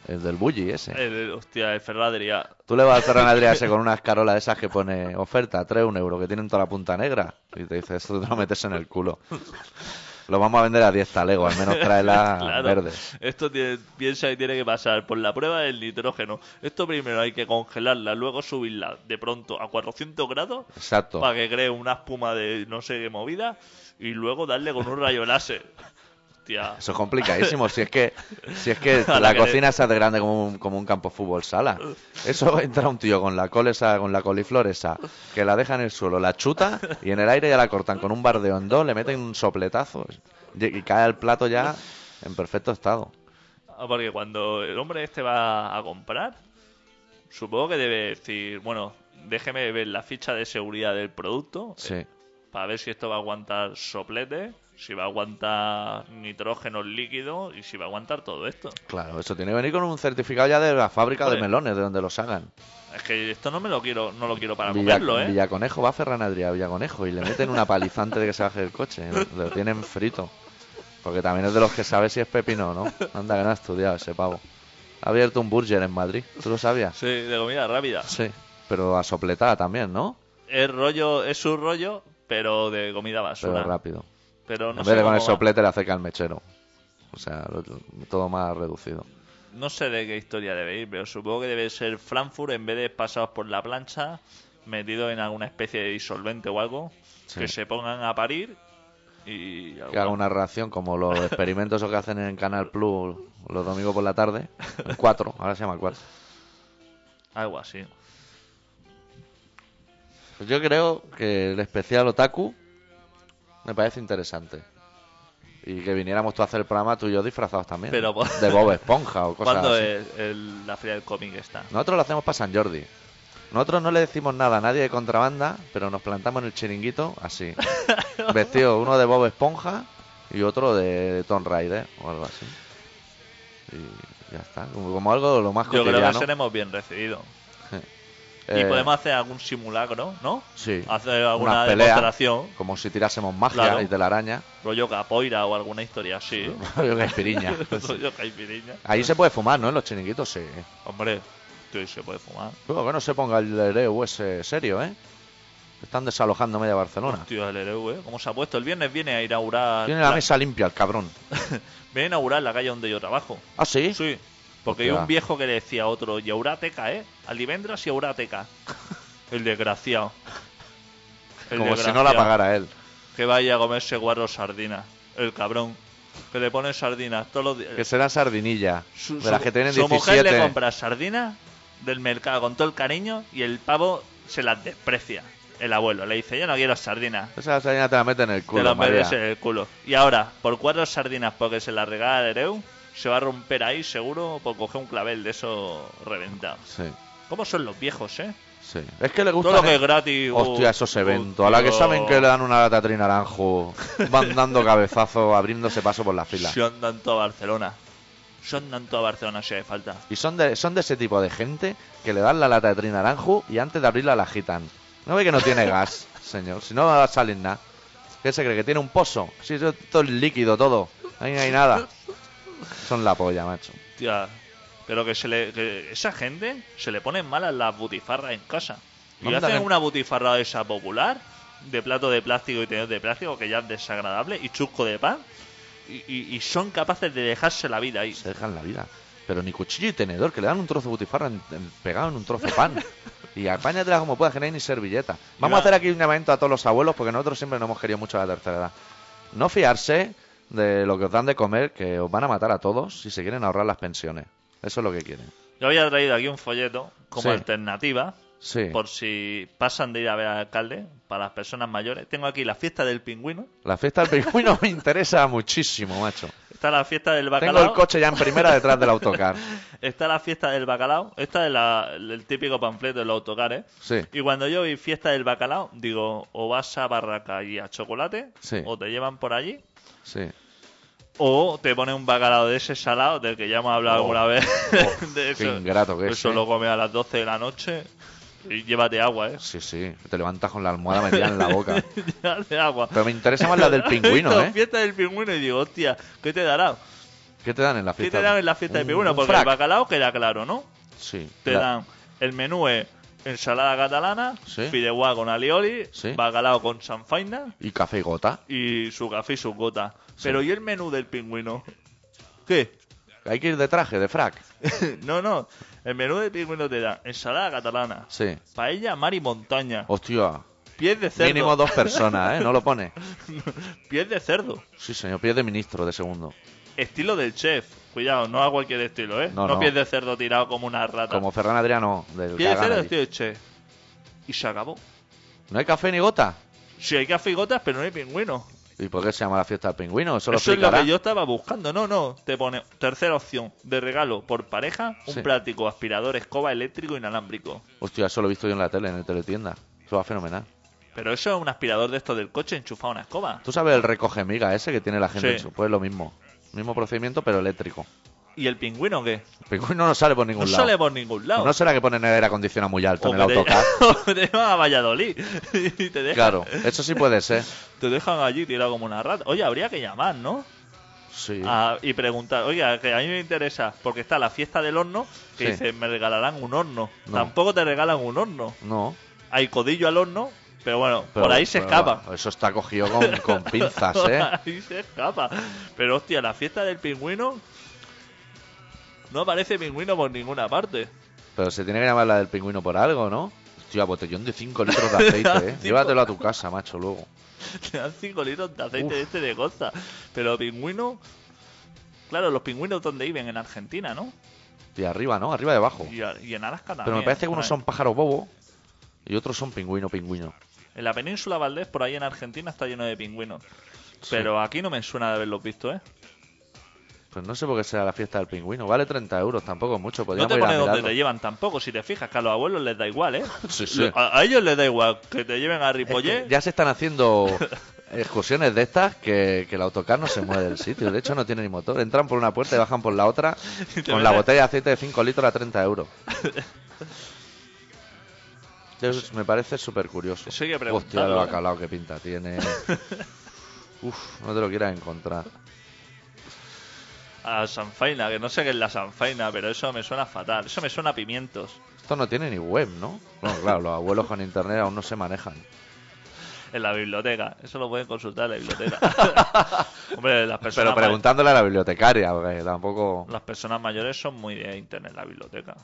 Speaker 2: El del bully ese.
Speaker 3: El- el- hostia, el Ferradría.
Speaker 2: Tú le vas al Ferran ese con una escarola de esas que pone oferta, 3, un euro, que tienen toda la punta negra. Y te dice, esto te lo metes en el culo. Lo vamos a vender a 10 talegos, al menos tráela
Speaker 3: Claro.
Speaker 2: verde.
Speaker 3: Esto tiene- piensa que tiene que pasar por la prueba del nitrógeno. Esto primero hay que congelarla, luego subirla de pronto a 400 grados
Speaker 2: Exacto.
Speaker 3: para que cree una espuma de no sé qué movida y luego darle con un rayo láser. Hostia.
Speaker 2: Eso es complicadísimo. Si es que, si es que
Speaker 3: A la
Speaker 2: la
Speaker 3: que
Speaker 2: cocina se hace grande como un, como un campo de fútbol sala. Eso entra un tío con la col esa, con la coliflor esa, que la deja en el suelo, la chuta y en el aire ya la cortan con un bar de hondo, le meten un sopletazo y, y cae al plato ya en perfecto estado.
Speaker 3: Ah, Porque cuando el hombre este va a comprar, supongo que debe decir, bueno, déjeme ver la ficha de seguridad del producto eh,
Speaker 2: Sí.
Speaker 3: para ver si esto va a aguantar soplete, si va a aguantar nitrógeno líquido y si va a aguantar todo esto.
Speaker 2: Claro, eso tiene que venir con un certificado ya de la fábrica
Speaker 3: Joder.
Speaker 2: de melones, de donde los hagan.
Speaker 3: Es que esto no me lo quiero, no lo quiero para
Speaker 2: Villa-
Speaker 3: comerlo, ¿eh?
Speaker 2: Villaconejo va a Ferran Adrià a Villaconejo y le meten una palizante de que se baje del coche. ¿eh? Lo tienen frito. Porque también es de los que sabe si es pepino o no. Anda, que no ha estudiado ese pavo. Ha abierto un burger en Madrid. ¿Tú lo sabías?
Speaker 3: Sí, de comida rápida.
Speaker 2: Sí. Pero a sopletada también, ¿no?
Speaker 3: Es rollo, es su rollo, pero de comida
Speaker 2: Pero
Speaker 3: basura. Pero,
Speaker 2: rápido.
Speaker 3: no
Speaker 2: en
Speaker 3: sé
Speaker 2: vez de con
Speaker 3: cómo
Speaker 2: el
Speaker 3: va.
Speaker 2: soplete le acerca el mechero. O sea, lo- todo más reducido.
Speaker 3: No sé de qué historia debe ir, pero supongo que debe ser Frankfurt en vez de pasados por la plancha, metidos en alguna especie de disolvente o algo,
Speaker 2: Sí.
Speaker 3: que se pongan a parir y
Speaker 2: que haga una reacción como los experimentos esos que hacen en Canal Plus los domingos por la tarde. El 4, ahora se llama el 4.
Speaker 3: algo así.
Speaker 2: Pues yo creo que el especial Otaku me parece interesante. Y que viniéramos tú a hacer el programa tú y yo disfrazados también.
Speaker 3: Pero po-
Speaker 2: de Bob Esponja o cosas
Speaker 3: ¿Cuándo
Speaker 2: así.
Speaker 3: es el- la feria del cómic esta?
Speaker 2: Nosotros lo hacemos para San Jordi. Nosotros no le decimos nada a nadie de contrabanda, pero nos plantamos en el chiringuito así. Vestido uno de Bob Esponja y otro de Tomb Raider o algo así. Y ya está. Como, como algo lo más
Speaker 3: Yo creo que
Speaker 2: cotidiano.
Speaker 3: seremos bien recibidos.
Speaker 2: Eh,
Speaker 3: Y podemos hacer algún simulacro, ¿no?
Speaker 2: sí,
Speaker 3: Hacer
Speaker 2: unas
Speaker 3: alguna
Speaker 2: peleas,
Speaker 3: demostración,
Speaker 2: Como si tirásemos magia
Speaker 3: Claro.
Speaker 2: y telaraña.
Speaker 3: rollo capoeira o alguna historia así.
Speaker 2: Rollo caipiriña.
Speaker 3: rollo caipiriña.
Speaker 2: Ahí se puede fumar, ¿no? En los chiringuitos, sí.
Speaker 3: Hombre, tú se puede fumar.
Speaker 2: Luego que no se ponga el Ereu ese serio, ¿eh? Están desalojando media Barcelona.
Speaker 3: Tío, el héroe, ¿cómo se ha puesto? El viernes viene a inaugurar.
Speaker 2: Tiene la mesa limpia el cabrón.
Speaker 3: Viene a inaugurar la calle donde yo trabajo.
Speaker 2: ¿Ah, sí?
Speaker 3: Sí. Porque hay
Speaker 2: Hostia.
Speaker 3: un viejo que le decía a otro, y auráteca, ¿eh? Alivendras y auráteca. El desgraciado. El
Speaker 2: Como si no
Speaker 3: desgraciado.
Speaker 2: la pagara él.
Speaker 3: Que vaya a comerse guarro sardina. El cabrón. que le ponen sardinas todos los días.
Speaker 2: Que serán sardinillas.
Speaker 3: Su,
Speaker 2: de las
Speaker 3: su-
Speaker 2: que tienen
Speaker 3: su mujer le
Speaker 2: 17.
Speaker 3: compra sardinas del mercado con todo el cariño y el pavo se las desprecia. El abuelo le dice, yo no quiero sardinas.
Speaker 2: Esa sardina te la meten en el
Speaker 3: te
Speaker 2: culo,
Speaker 3: las
Speaker 2: María.
Speaker 3: metes en el culo. Y ahora, por cuatro sardinas porque se las regala de Ereu, se va a romper ahí seguro por coger un clavel de eso reventado.
Speaker 2: Sí,
Speaker 3: ¿Cómo son los viejos, eh?
Speaker 2: sí. Es que le gusta.
Speaker 3: Todo lo que es gratis.
Speaker 2: eh. Hostia,
Speaker 3: uh,
Speaker 2: esos
Speaker 3: uh,
Speaker 2: eventos. A la que
Speaker 3: tío,
Speaker 2: saben que le dan una lata tri naranjo, van dando cabezazos, abriéndose paso por la fila.
Speaker 3: Se andan todo a Barcelona. Se andan todo a Barcelona si hace falta.
Speaker 2: Y son de, son de ese tipo de gente que le dan la lata de trinaranjo y antes de abrirla la agitan. No ve que no tiene gas, señor. Si no va a salir nada. ¿Qué se cree? ¿Que tiene un pozo? Si eso es todo líquido, todo. Ahí no hay nada. Son la polla, macho.
Speaker 3: Tía, pero que se le, que esa gente se le ponen malas las butifarras en casa. Y
Speaker 2: Ándale.
Speaker 3: hacen una butifarra de esa popular, de plato de plástico y tenedor de plástico, que ya es desagradable, y chusco de pan. Y, y- y son capaces de dejarse la vida ahí.
Speaker 2: Se dejan la vida. Pero ni cuchillo y tenedor, que le dan un trozo de butifarra en- en- pegado en un trozo de pan. Y apáñatela como puedas, que no hay ni servilleta. Vamos
Speaker 3: va-
Speaker 2: a hacer aquí un llamamiento a todos los abuelos, porque nosotros siempre nos hemos querido mucho a la tercera edad. No fiarse de lo que os dan de comer, que os van a matar a todos si se quieren ahorrar las pensiones. Eso es lo que quieren.
Speaker 3: Yo había traído aquí un folleto como
Speaker 2: Sí.
Speaker 3: alternativa,
Speaker 2: Sí.
Speaker 3: por si pasan de ir a ver al alcalde, para las personas mayores. Tengo aquí la fiesta del pingüino,
Speaker 2: La fiesta del pingüino me interesa muchísimo, macho.
Speaker 3: está la fiesta del bacalao.
Speaker 2: Tengo el coche ya en primera detrás del autocar.
Speaker 3: Está la fiesta del bacalao. Esta es la- el ¿eh? típico panfleto de los autocares.
Speaker 2: Sí.
Speaker 3: Y cuando yo vi fiesta del bacalao, digo, o vas a Barraca y a Chocolate,
Speaker 2: Sí.
Speaker 3: o te llevan por allí,
Speaker 2: Sí.
Speaker 3: o te ponen un bacalao de ese salado del que ya hemos hablado
Speaker 2: Oh.
Speaker 3: alguna vez.
Speaker 2: Oh,
Speaker 3: de eso.
Speaker 2: qué ingrato que es,
Speaker 3: Eso
Speaker 2: eh.
Speaker 3: lo comes a las 12 de la noche y llévate agua, ¿eh?
Speaker 2: Sí, sí. Te levantas con la almohada metida en la boca.
Speaker 3: llévate agua.
Speaker 2: Pero me interesa más la del pingüino,
Speaker 3: Esto,
Speaker 2: ¿eh?
Speaker 3: fiesta del pingüino y digo, hostia, ¿qué te dará?
Speaker 2: ¿Qué te dan en la
Speaker 3: ¿Qué
Speaker 2: fiesta?
Speaker 3: te dan en la fiesta del
Speaker 2: Un-
Speaker 3: pingüino?
Speaker 2: un
Speaker 3: Porque el
Speaker 2: frac.
Speaker 3: bacalao queda claro, ¿no?
Speaker 2: Sí.
Speaker 3: Te
Speaker 2: La-
Speaker 3: dan el menú es ensalada catalana,
Speaker 2: Sí.
Speaker 3: fideuá con alioli,
Speaker 2: Sí.
Speaker 3: bacalao con sanfaina
Speaker 2: Y café y gota.
Speaker 3: y su café y su gota. Pero ¿y el menú del pingüino? ¿Qué?
Speaker 2: Hay que ir de traje, de frac.
Speaker 3: no, no. El menú del pingüino te da ensalada catalana,
Speaker 2: Sí.
Speaker 3: paella, mar y montaña,
Speaker 2: Hostia.
Speaker 3: pies de cerdo.
Speaker 2: Mínimo dos personas, ¿eh? No lo pone.
Speaker 3: pies de cerdo.
Speaker 2: Sí, señor. Pies de ministro de segundo.
Speaker 3: Estilo del chef. Cuidado, no a cualquier estilo, ¿eh?
Speaker 2: No, no.
Speaker 3: pies de cerdo tirado como una rata.
Speaker 2: Como Ferran Adriano. Del que
Speaker 3: pies de
Speaker 2: hagan
Speaker 3: cerdo,
Speaker 2: allí.
Speaker 3: estilo del chef. Y se acabó.
Speaker 2: ¿No hay café ni gota?
Speaker 3: Sí, hay café y gotas, pero no hay pingüino.
Speaker 2: ¿Y por qué se llama la fiesta del pingüino? Eso lo
Speaker 3: Eso es lo
Speaker 2: explicará.
Speaker 3: que yo estaba buscando. No, no. Te pone tercera opción de regalo por pareja, un
Speaker 2: Sí.
Speaker 3: plástico, aspirador, escoba, eléctrico, inalámbrico.
Speaker 2: Hostia, eso lo he visto yo en la tele, en el teletienda. Eso va fenomenal.
Speaker 3: Pero eso es un aspirador de estos del coche enchufado a una escoba.
Speaker 2: ¿Tú sabes el recoge miga ese que tiene la gente?
Speaker 3: Sí.
Speaker 2: en su- Pues lo mismo. Mismo procedimiento, pero eléctrico.
Speaker 3: ¿Y el pingüino qué?
Speaker 2: El pingüino no sale por
Speaker 3: No
Speaker 2: ningún lado.
Speaker 3: sale por ningún lado.
Speaker 2: ¿No será que ponen el aire acondicionado muy alto
Speaker 3: o
Speaker 2: en el
Speaker 3: que te-
Speaker 2: autocar?
Speaker 3: o que te llevan a Valladolid. y te dejan,
Speaker 2: Claro, eso sí puede ser.
Speaker 3: Te dejan allí tirado como una rata. Oye, habría que llamar, ¿no?
Speaker 2: Sí.
Speaker 3: A- y preguntar, oye, que a mí me interesa, porque está la fiesta del horno, que
Speaker 2: Sí.
Speaker 3: dice, me regalarán un horno.
Speaker 2: No.
Speaker 3: Tampoco te regalan un horno.
Speaker 2: No.
Speaker 3: Hay codillo al horno, pero bueno,
Speaker 2: pero-
Speaker 3: por ahí se
Speaker 2: pero
Speaker 3: escapa.
Speaker 2: Eso está cogido con, con pinzas, ¿eh?
Speaker 3: Ahí se escapa. Pero hostia, la fiesta del pingüino. No aparece pingüino por ninguna parte.
Speaker 2: Pero se tiene que llamar la del pingüino por algo, ¿no? Hostia, botellón de 5 litros de aceite, ¿eh?
Speaker 3: Cinco.
Speaker 2: Llévatelo a tu casa, macho, luego.
Speaker 3: Te dan 5 litros de aceite
Speaker 2: Uf.
Speaker 3: de este de costa. Pero pingüino. Claro, los pingüinos donde viven, en Argentina, ¿no?
Speaker 2: Y arriba, ¿no? Arriba y abajo.
Speaker 3: Y, a- y en Alaska también.
Speaker 2: Pero me parece que
Speaker 3: por
Speaker 2: unos
Speaker 3: ahí.
Speaker 2: son pájaros bobo y otros son pingüino, pingüino.
Speaker 3: En la península Valdés, por ahí en Argentina, está lleno de pingüinos. Pero aquí no me suena de haberlos visto, ¿eh?
Speaker 2: Pues no sé por qué será la fiesta del pingüino. Vale 30 euros, tampoco es mucho.
Speaker 3: No
Speaker 2: Podríamos
Speaker 3: te
Speaker 2: ir a
Speaker 3: pone dónde
Speaker 2: mirarlo.
Speaker 3: te llevan tampoco, si te fijas, que a los abuelos les da igual, ¿eh?
Speaker 2: Sí, sí.
Speaker 3: A, a ellos les da igual que te lleven a
Speaker 2: Es que
Speaker 3: Ripollet.
Speaker 2: ya se están haciendo excursiones de estas que, que el autocar no se mueve del sitio. De hecho, no tiene ni motor. Entran por una puerta y bajan por la otra
Speaker 3: Y te
Speaker 2: con la
Speaker 3: metes-
Speaker 2: botella de aceite de 5 litros a 30 euros. Eso me parece súper curioso.
Speaker 3: Eso hay que
Speaker 2: Hostia, el
Speaker 3: preguntarlo, ¿eh?
Speaker 2: bacalao, qué pinta tiene. Uf, no te lo quieras encontrar.
Speaker 3: A Sanfaina, que no sé qué es la Sanfaina, pero eso me suena fatal. Eso me suena a pimientos.
Speaker 2: Esto no tiene ni web, ¿no? Bueno, claro, los abuelos con internet aún no se manejan.
Speaker 3: En la biblioteca. Eso lo pueden consultar en la biblioteca. Hombre, las personas,
Speaker 2: Pero preguntándole a la bibliotecaria, porque tampoco.
Speaker 3: ma- las personas mayores son muy de internet en la biblioteca.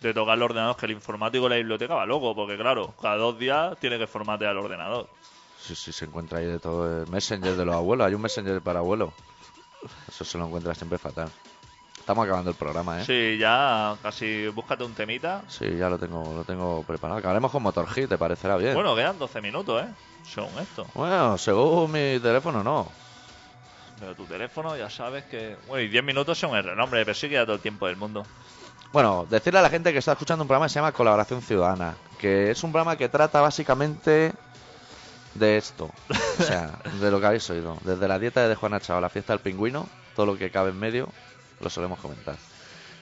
Speaker 3: De tocar los ordenador, que el informático de la biblioteca va loco, porque claro, cada dos días tiene que formatear el ordenador.
Speaker 2: Eh, Sí, sí, se encuentra ahí de todo. El messenger de los abuelos, hay un messenger para abuelos. Eso se lo encuentra siempre fatal. Estamos acabando el programa, ¿eh?
Speaker 3: Sí, ya casi búscate un temita.
Speaker 2: Sí, ya lo tengo, lo tengo preparado. Acabaremos con Motor G, te parecerá bien.
Speaker 3: Bueno, quedan 12 minutos, ¿eh? Según esto.
Speaker 2: Bueno, según mi teléfono, no.
Speaker 3: Pero tu teléfono ya sabes que... Bueno, y 10 minutos son el renombre, pero sí queda todo el tiempo del mundo.
Speaker 2: Bueno, decirle a la gente que está escuchando un programa que se llama Colaboración Ciudadana, que es un programa que trata básicamente de esto, o sea, de lo que habéis oído, desde la dieta de Juana Chao a la fiesta del pingüino, todo lo que cabe en medio, lo solemos comentar.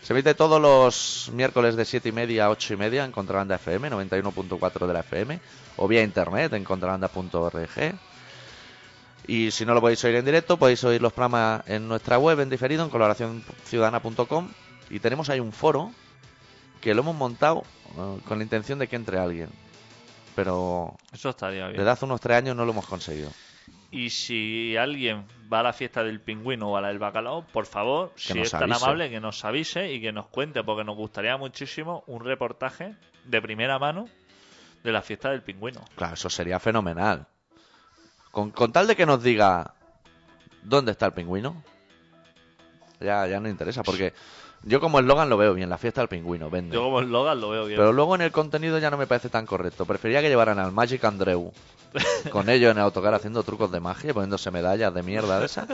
Speaker 2: Se emite todos los miércoles de 7 y media a 8 y media en Contrabanda FM, 91.4 de la FM, o vía internet en contrabanda.org. Y si no lo podéis oír en directo, podéis oír los programas en nuestra web en diferido, en colaboracionciudadana.com. Y tenemos ahí un foro que lo hemos montado eh, con la intención de que entre alguien. Pero
Speaker 3: Eso estaría bien.
Speaker 2: desde hace unos tres años no lo hemos conseguido.
Speaker 3: Y si alguien va a la fiesta del pingüino o a la del bacalao, por favor, si
Speaker 2: nos
Speaker 3: es tan
Speaker 2: avise.
Speaker 3: amable, que nos avise y que nos cuente, porque nos gustaría muchísimo un reportaje de primera mano de la fiesta del pingüino.
Speaker 2: Claro, eso sería fenomenal. Con, con tal de que nos diga dónde está el pingüino, ya, ya no interesa, porque yo como eslogan lo veo bien, la fiesta del pingüino, vende.
Speaker 3: Yo como eslogan lo veo bien.
Speaker 2: Pero luego en el contenido ya no me parece tan correcto. Prefería que llevaran al Magic Andreu con ellos en el autocar haciendo trucos de magia y poniéndose medallas de mierda de esa.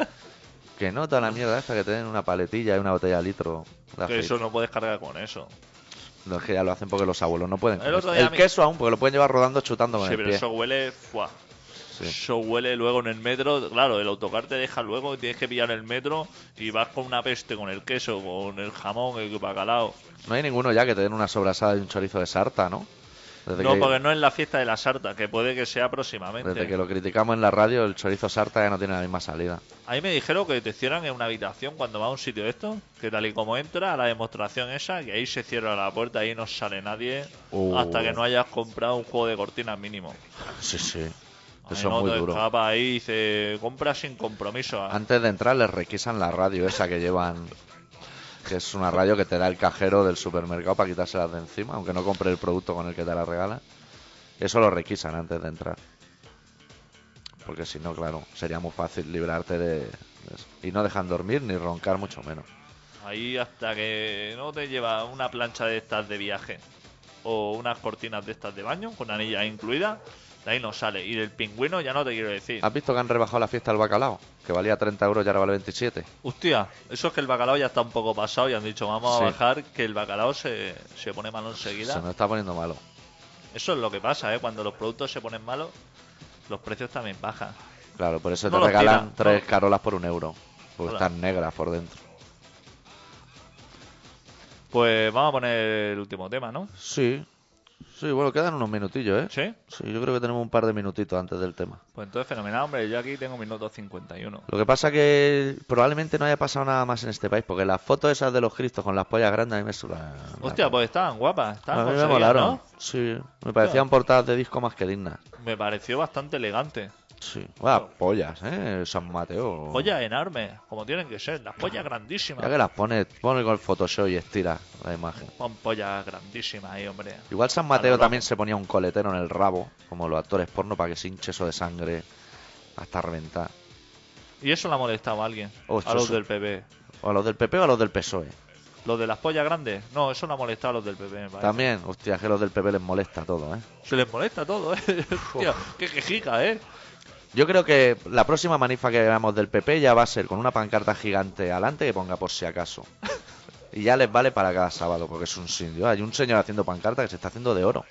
Speaker 2: Que no toda la mierda esta que tienen una paletilla y una botella de litro. de
Speaker 3: que
Speaker 2: aceite.
Speaker 3: eso no puedes cargar con eso.
Speaker 2: No, es que ya lo hacen porque los abuelos no pueden.
Speaker 3: El
Speaker 2: con
Speaker 3: otro
Speaker 2: eso.
Speaker 3: día
Speaker 2: El
Speaker 3: mi-
Speaker 2: queso aún, porque lo pueden llevar rodando chutando con
Speaker 3: Sí,
Speaker 2: el
Speaker 3: pero
Speaker 2: pie.
Speaker 3: eso huele... ¡fua!
Speaker 2: Sí.
Speaker 3: Eso huele luego en el metro. Claro, el autocar te deja luego, tienes que pillar el metro y vas con una peste, con el queso, con el jamón, el bacalao.
Speaker 2: No hay ninguno ya que te den una sobrasada y un chorizo de sarta, ¿no? Desde,
Speaker 3: No,
Speaker 2: que,
Speaker 3: porque no es la fiesta de la sarta, que puede que sea próximamente.
Speaker 2: desde que lo criticamos en la radio, el chorizo sarta ya no tiene la misma salida.
Speaker 3: A mí me dijeron que te cierran en una habitación cuando vas a un sitio de esto, que tal y como entra a la demostración esa, que ahí se cierra la puerta y no sale nadie
Speaker 2: Uh.
Speaker 3: hasta que no hayas comprado un juego de cortinas mínimo.
Speaker 2: Sí, sí.
Speaker 3: Ahí
Speaker 2: Eso
Speaker 3: no
Speaker 2: es muy
Speaker 3: te
Speaker 2: duro.
Speaker 3: escapas, ahí dice, compra sin compromiso.
Speaker 2: Antes de entrar les requisan la radio esa que llevan, que es una radio que te da el cajero del supermercado para quitársela de encima, aunque no compre el producto con el que te la regala. Eso lo requisan antes de entrar. Porque si no, claro, sería muy fácil librarte de... de eso. Y no dejan dormir ni roncar mucho menos.
Speaker 3: Ahí hasta que no te lleva una plancha de estas de viaje o unas cortinas de estas de baño con anillas incluidas, de ahí no sale. Y del pingüino ya no te quiero decir.
Speaker 2: ¿Has visto que han rebajado la fiesta del bacalao? Que valía 30 euros y ahora vale 27.
Speaker 3: Hostia, eso es que el bacalao ya está un poco pasado y han dicho vamos
Speaker 2: Sí.
Speaker 3: a bajar que el bacalao se, se pone malo
Speaker 2: Se
Speaker 3: enseguida.
Speaker 2: nos está poniendo malo.
Speaker 3: Eso es lo que pasa, ¿eh? Cuando los productos se ponen malos, los precios también bajan.
Speaker 2: Claro, por eso
Speaker 3: No
Speaker 2: te
Speaker 3: lo
Speaker 2: regalan
Speaker 3: tiran,
Speaker 2: tres
Speaker 3: no.
Speaker 2: carolas por un euro. Porque
Speaker 3: Hola.
Speaker 2: están negras por dentro.
Speaker 3: Pues vamos a poner el último tema, ¿no?
Speaker 2: Sí. Sí, bueno, quedan unos minutillos, ¿eh?
Speaker 3: ¿Sí?
Speaker 2: Sí, yo creo que tenemos un par de minutitos antes del tema.
Speaker 3: Pues entonces fenomenal, hombre. Yo aquí tengo mis notas 51.
Speaker 2: Lo que pasa que probablemente no haya pasado nada más en este país, porque las fotos esas de los cristos con las pollas grandes a mí me suenan.
Speaker 3: Hostia, pues estaban guapas.
Speaker 2: a
Speaker 3: Estaban
Speaker 2: mí me
Speaker 3: conseguidas,
Speaker 2: molaron.
Speaker 3: ¿no?
Speaker 2: Sí, me parecían portadas de disco más que dignas.
Speaker 3: Me pareció bastante elegante.
Speaker 2: Sí. Bueno, pollas, ¿eh? San Mateo.
Speaker 3: Pollas enormes, como tienen que ser. Las pollas
Speaker 2: Ya
Speaker 3: grandísimas.
Speaker 2: que las pones, pone con el Photoshop y estira la imagen.
Speaker 3: Pon pollas grandísimas ahí, hombre.
Speaker 2: Igual San
Speaker 3: A
Speaker 2: Mateo
Speaker 3: lo
Speaker 2: también se ponía un coletero en el rabo, como los actores porno, para que se hinche eso de sangre hasta reventar.
Speaker 3: Y eso le ha molestado a alguien.
Speaker 2: Oh,
Speaker 3: a los
Speaker 2: eso-
Speaker 3: del PP.
Speaker 2: O a los del PP o E. a los del PSOE.
Speaker 3: ¿Los de las pollas grandes? No, eso no ha molestado a los del PP, me parece.
Speaker 2: También, hostia, que a los del PP les molesta todo, ¿eh?
Speaker 3: Se les molesta todo, ¿eh? Hostia, qué quejica, ¿eh?
Speaker 2: Yo creo que la próxima manifa que veamos del PP ya va a ser con una pancarta gigante adelante que ponga por si acaso. Y ya les vale para cada sábado, porque es un sin Dios. Hay un señor haciendo pancarta que se está haciendo de oro.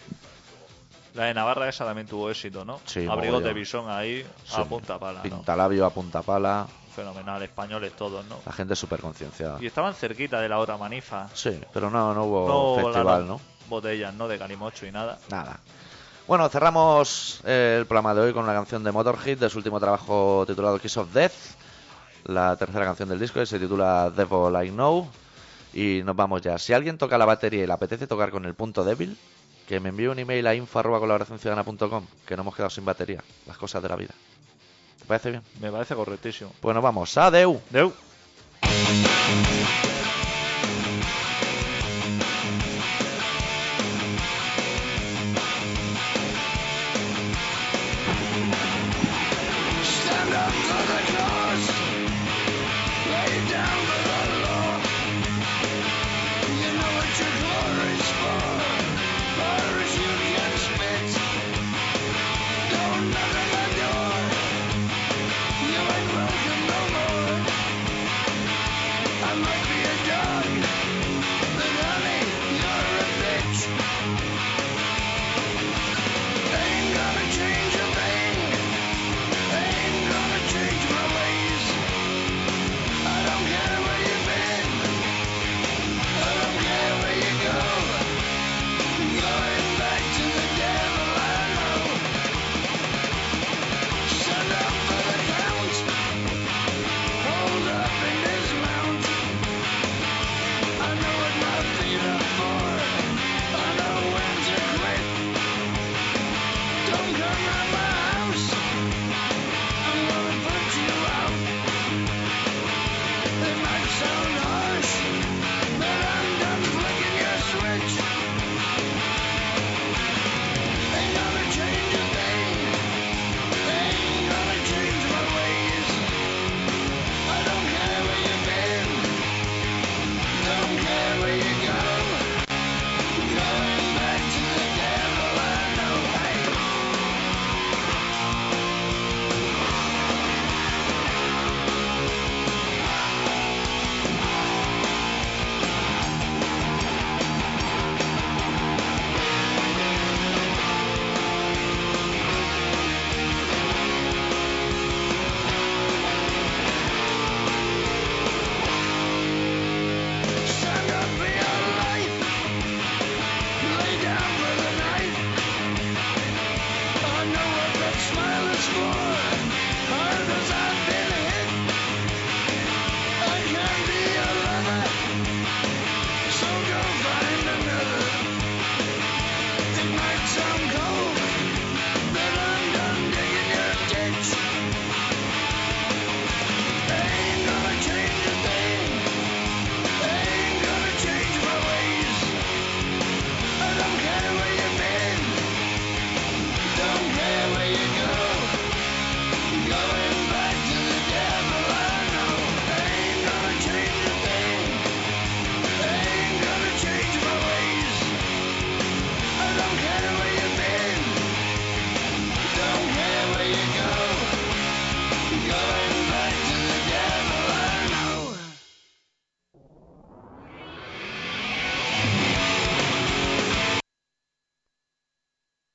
Speaker 3: La de Navarra esa también tuvo éxito, ¿no?
Speaker 2: Sí,
Speaker 3: Abrigos de
Speaker 2: mogollón.
Speaker 3: bisón ahí,
Speaker 2: Sí.
Speaker 3: a punta pala, ¿no?
Speaker 2: Pintalabio a punta pala,
Speaker 3: Fenomenal, españoles todos, ¿no?
Speaker 2: la gente súper concienciada.
Speaker 3: Y estaban cerquita de la otra manifa.
Speaker 2: Sí, pero no, no hubo
Speaker 3: No
Speaker 2: festival,
Speaker 3: volaron
Speaker 2: ¿no?
Speaker 3: botellas, ¿no? De calimocho y nada.
Speaker 2: Nada. Bueno, cerramos eh, el programa de hoy con la canción de Motorhead de su último trabajo titulado Kiss of Death, la tercera canción del disco que se titula Devil I Know. Y nos vamos ya. Si alguien toca la batería y le apetece tocar con el punto débil, que me envíe un email a info.colaboracionciudadana.com, que no hemos quedado sin batería, las cosas de la vida. ¿Te parece bien?
Speaker 3: Me parece correctísimo.
Speaker 2: Pues nos vamos. Adeu.
Speaker 3: Deu.
Speaker 1: Thank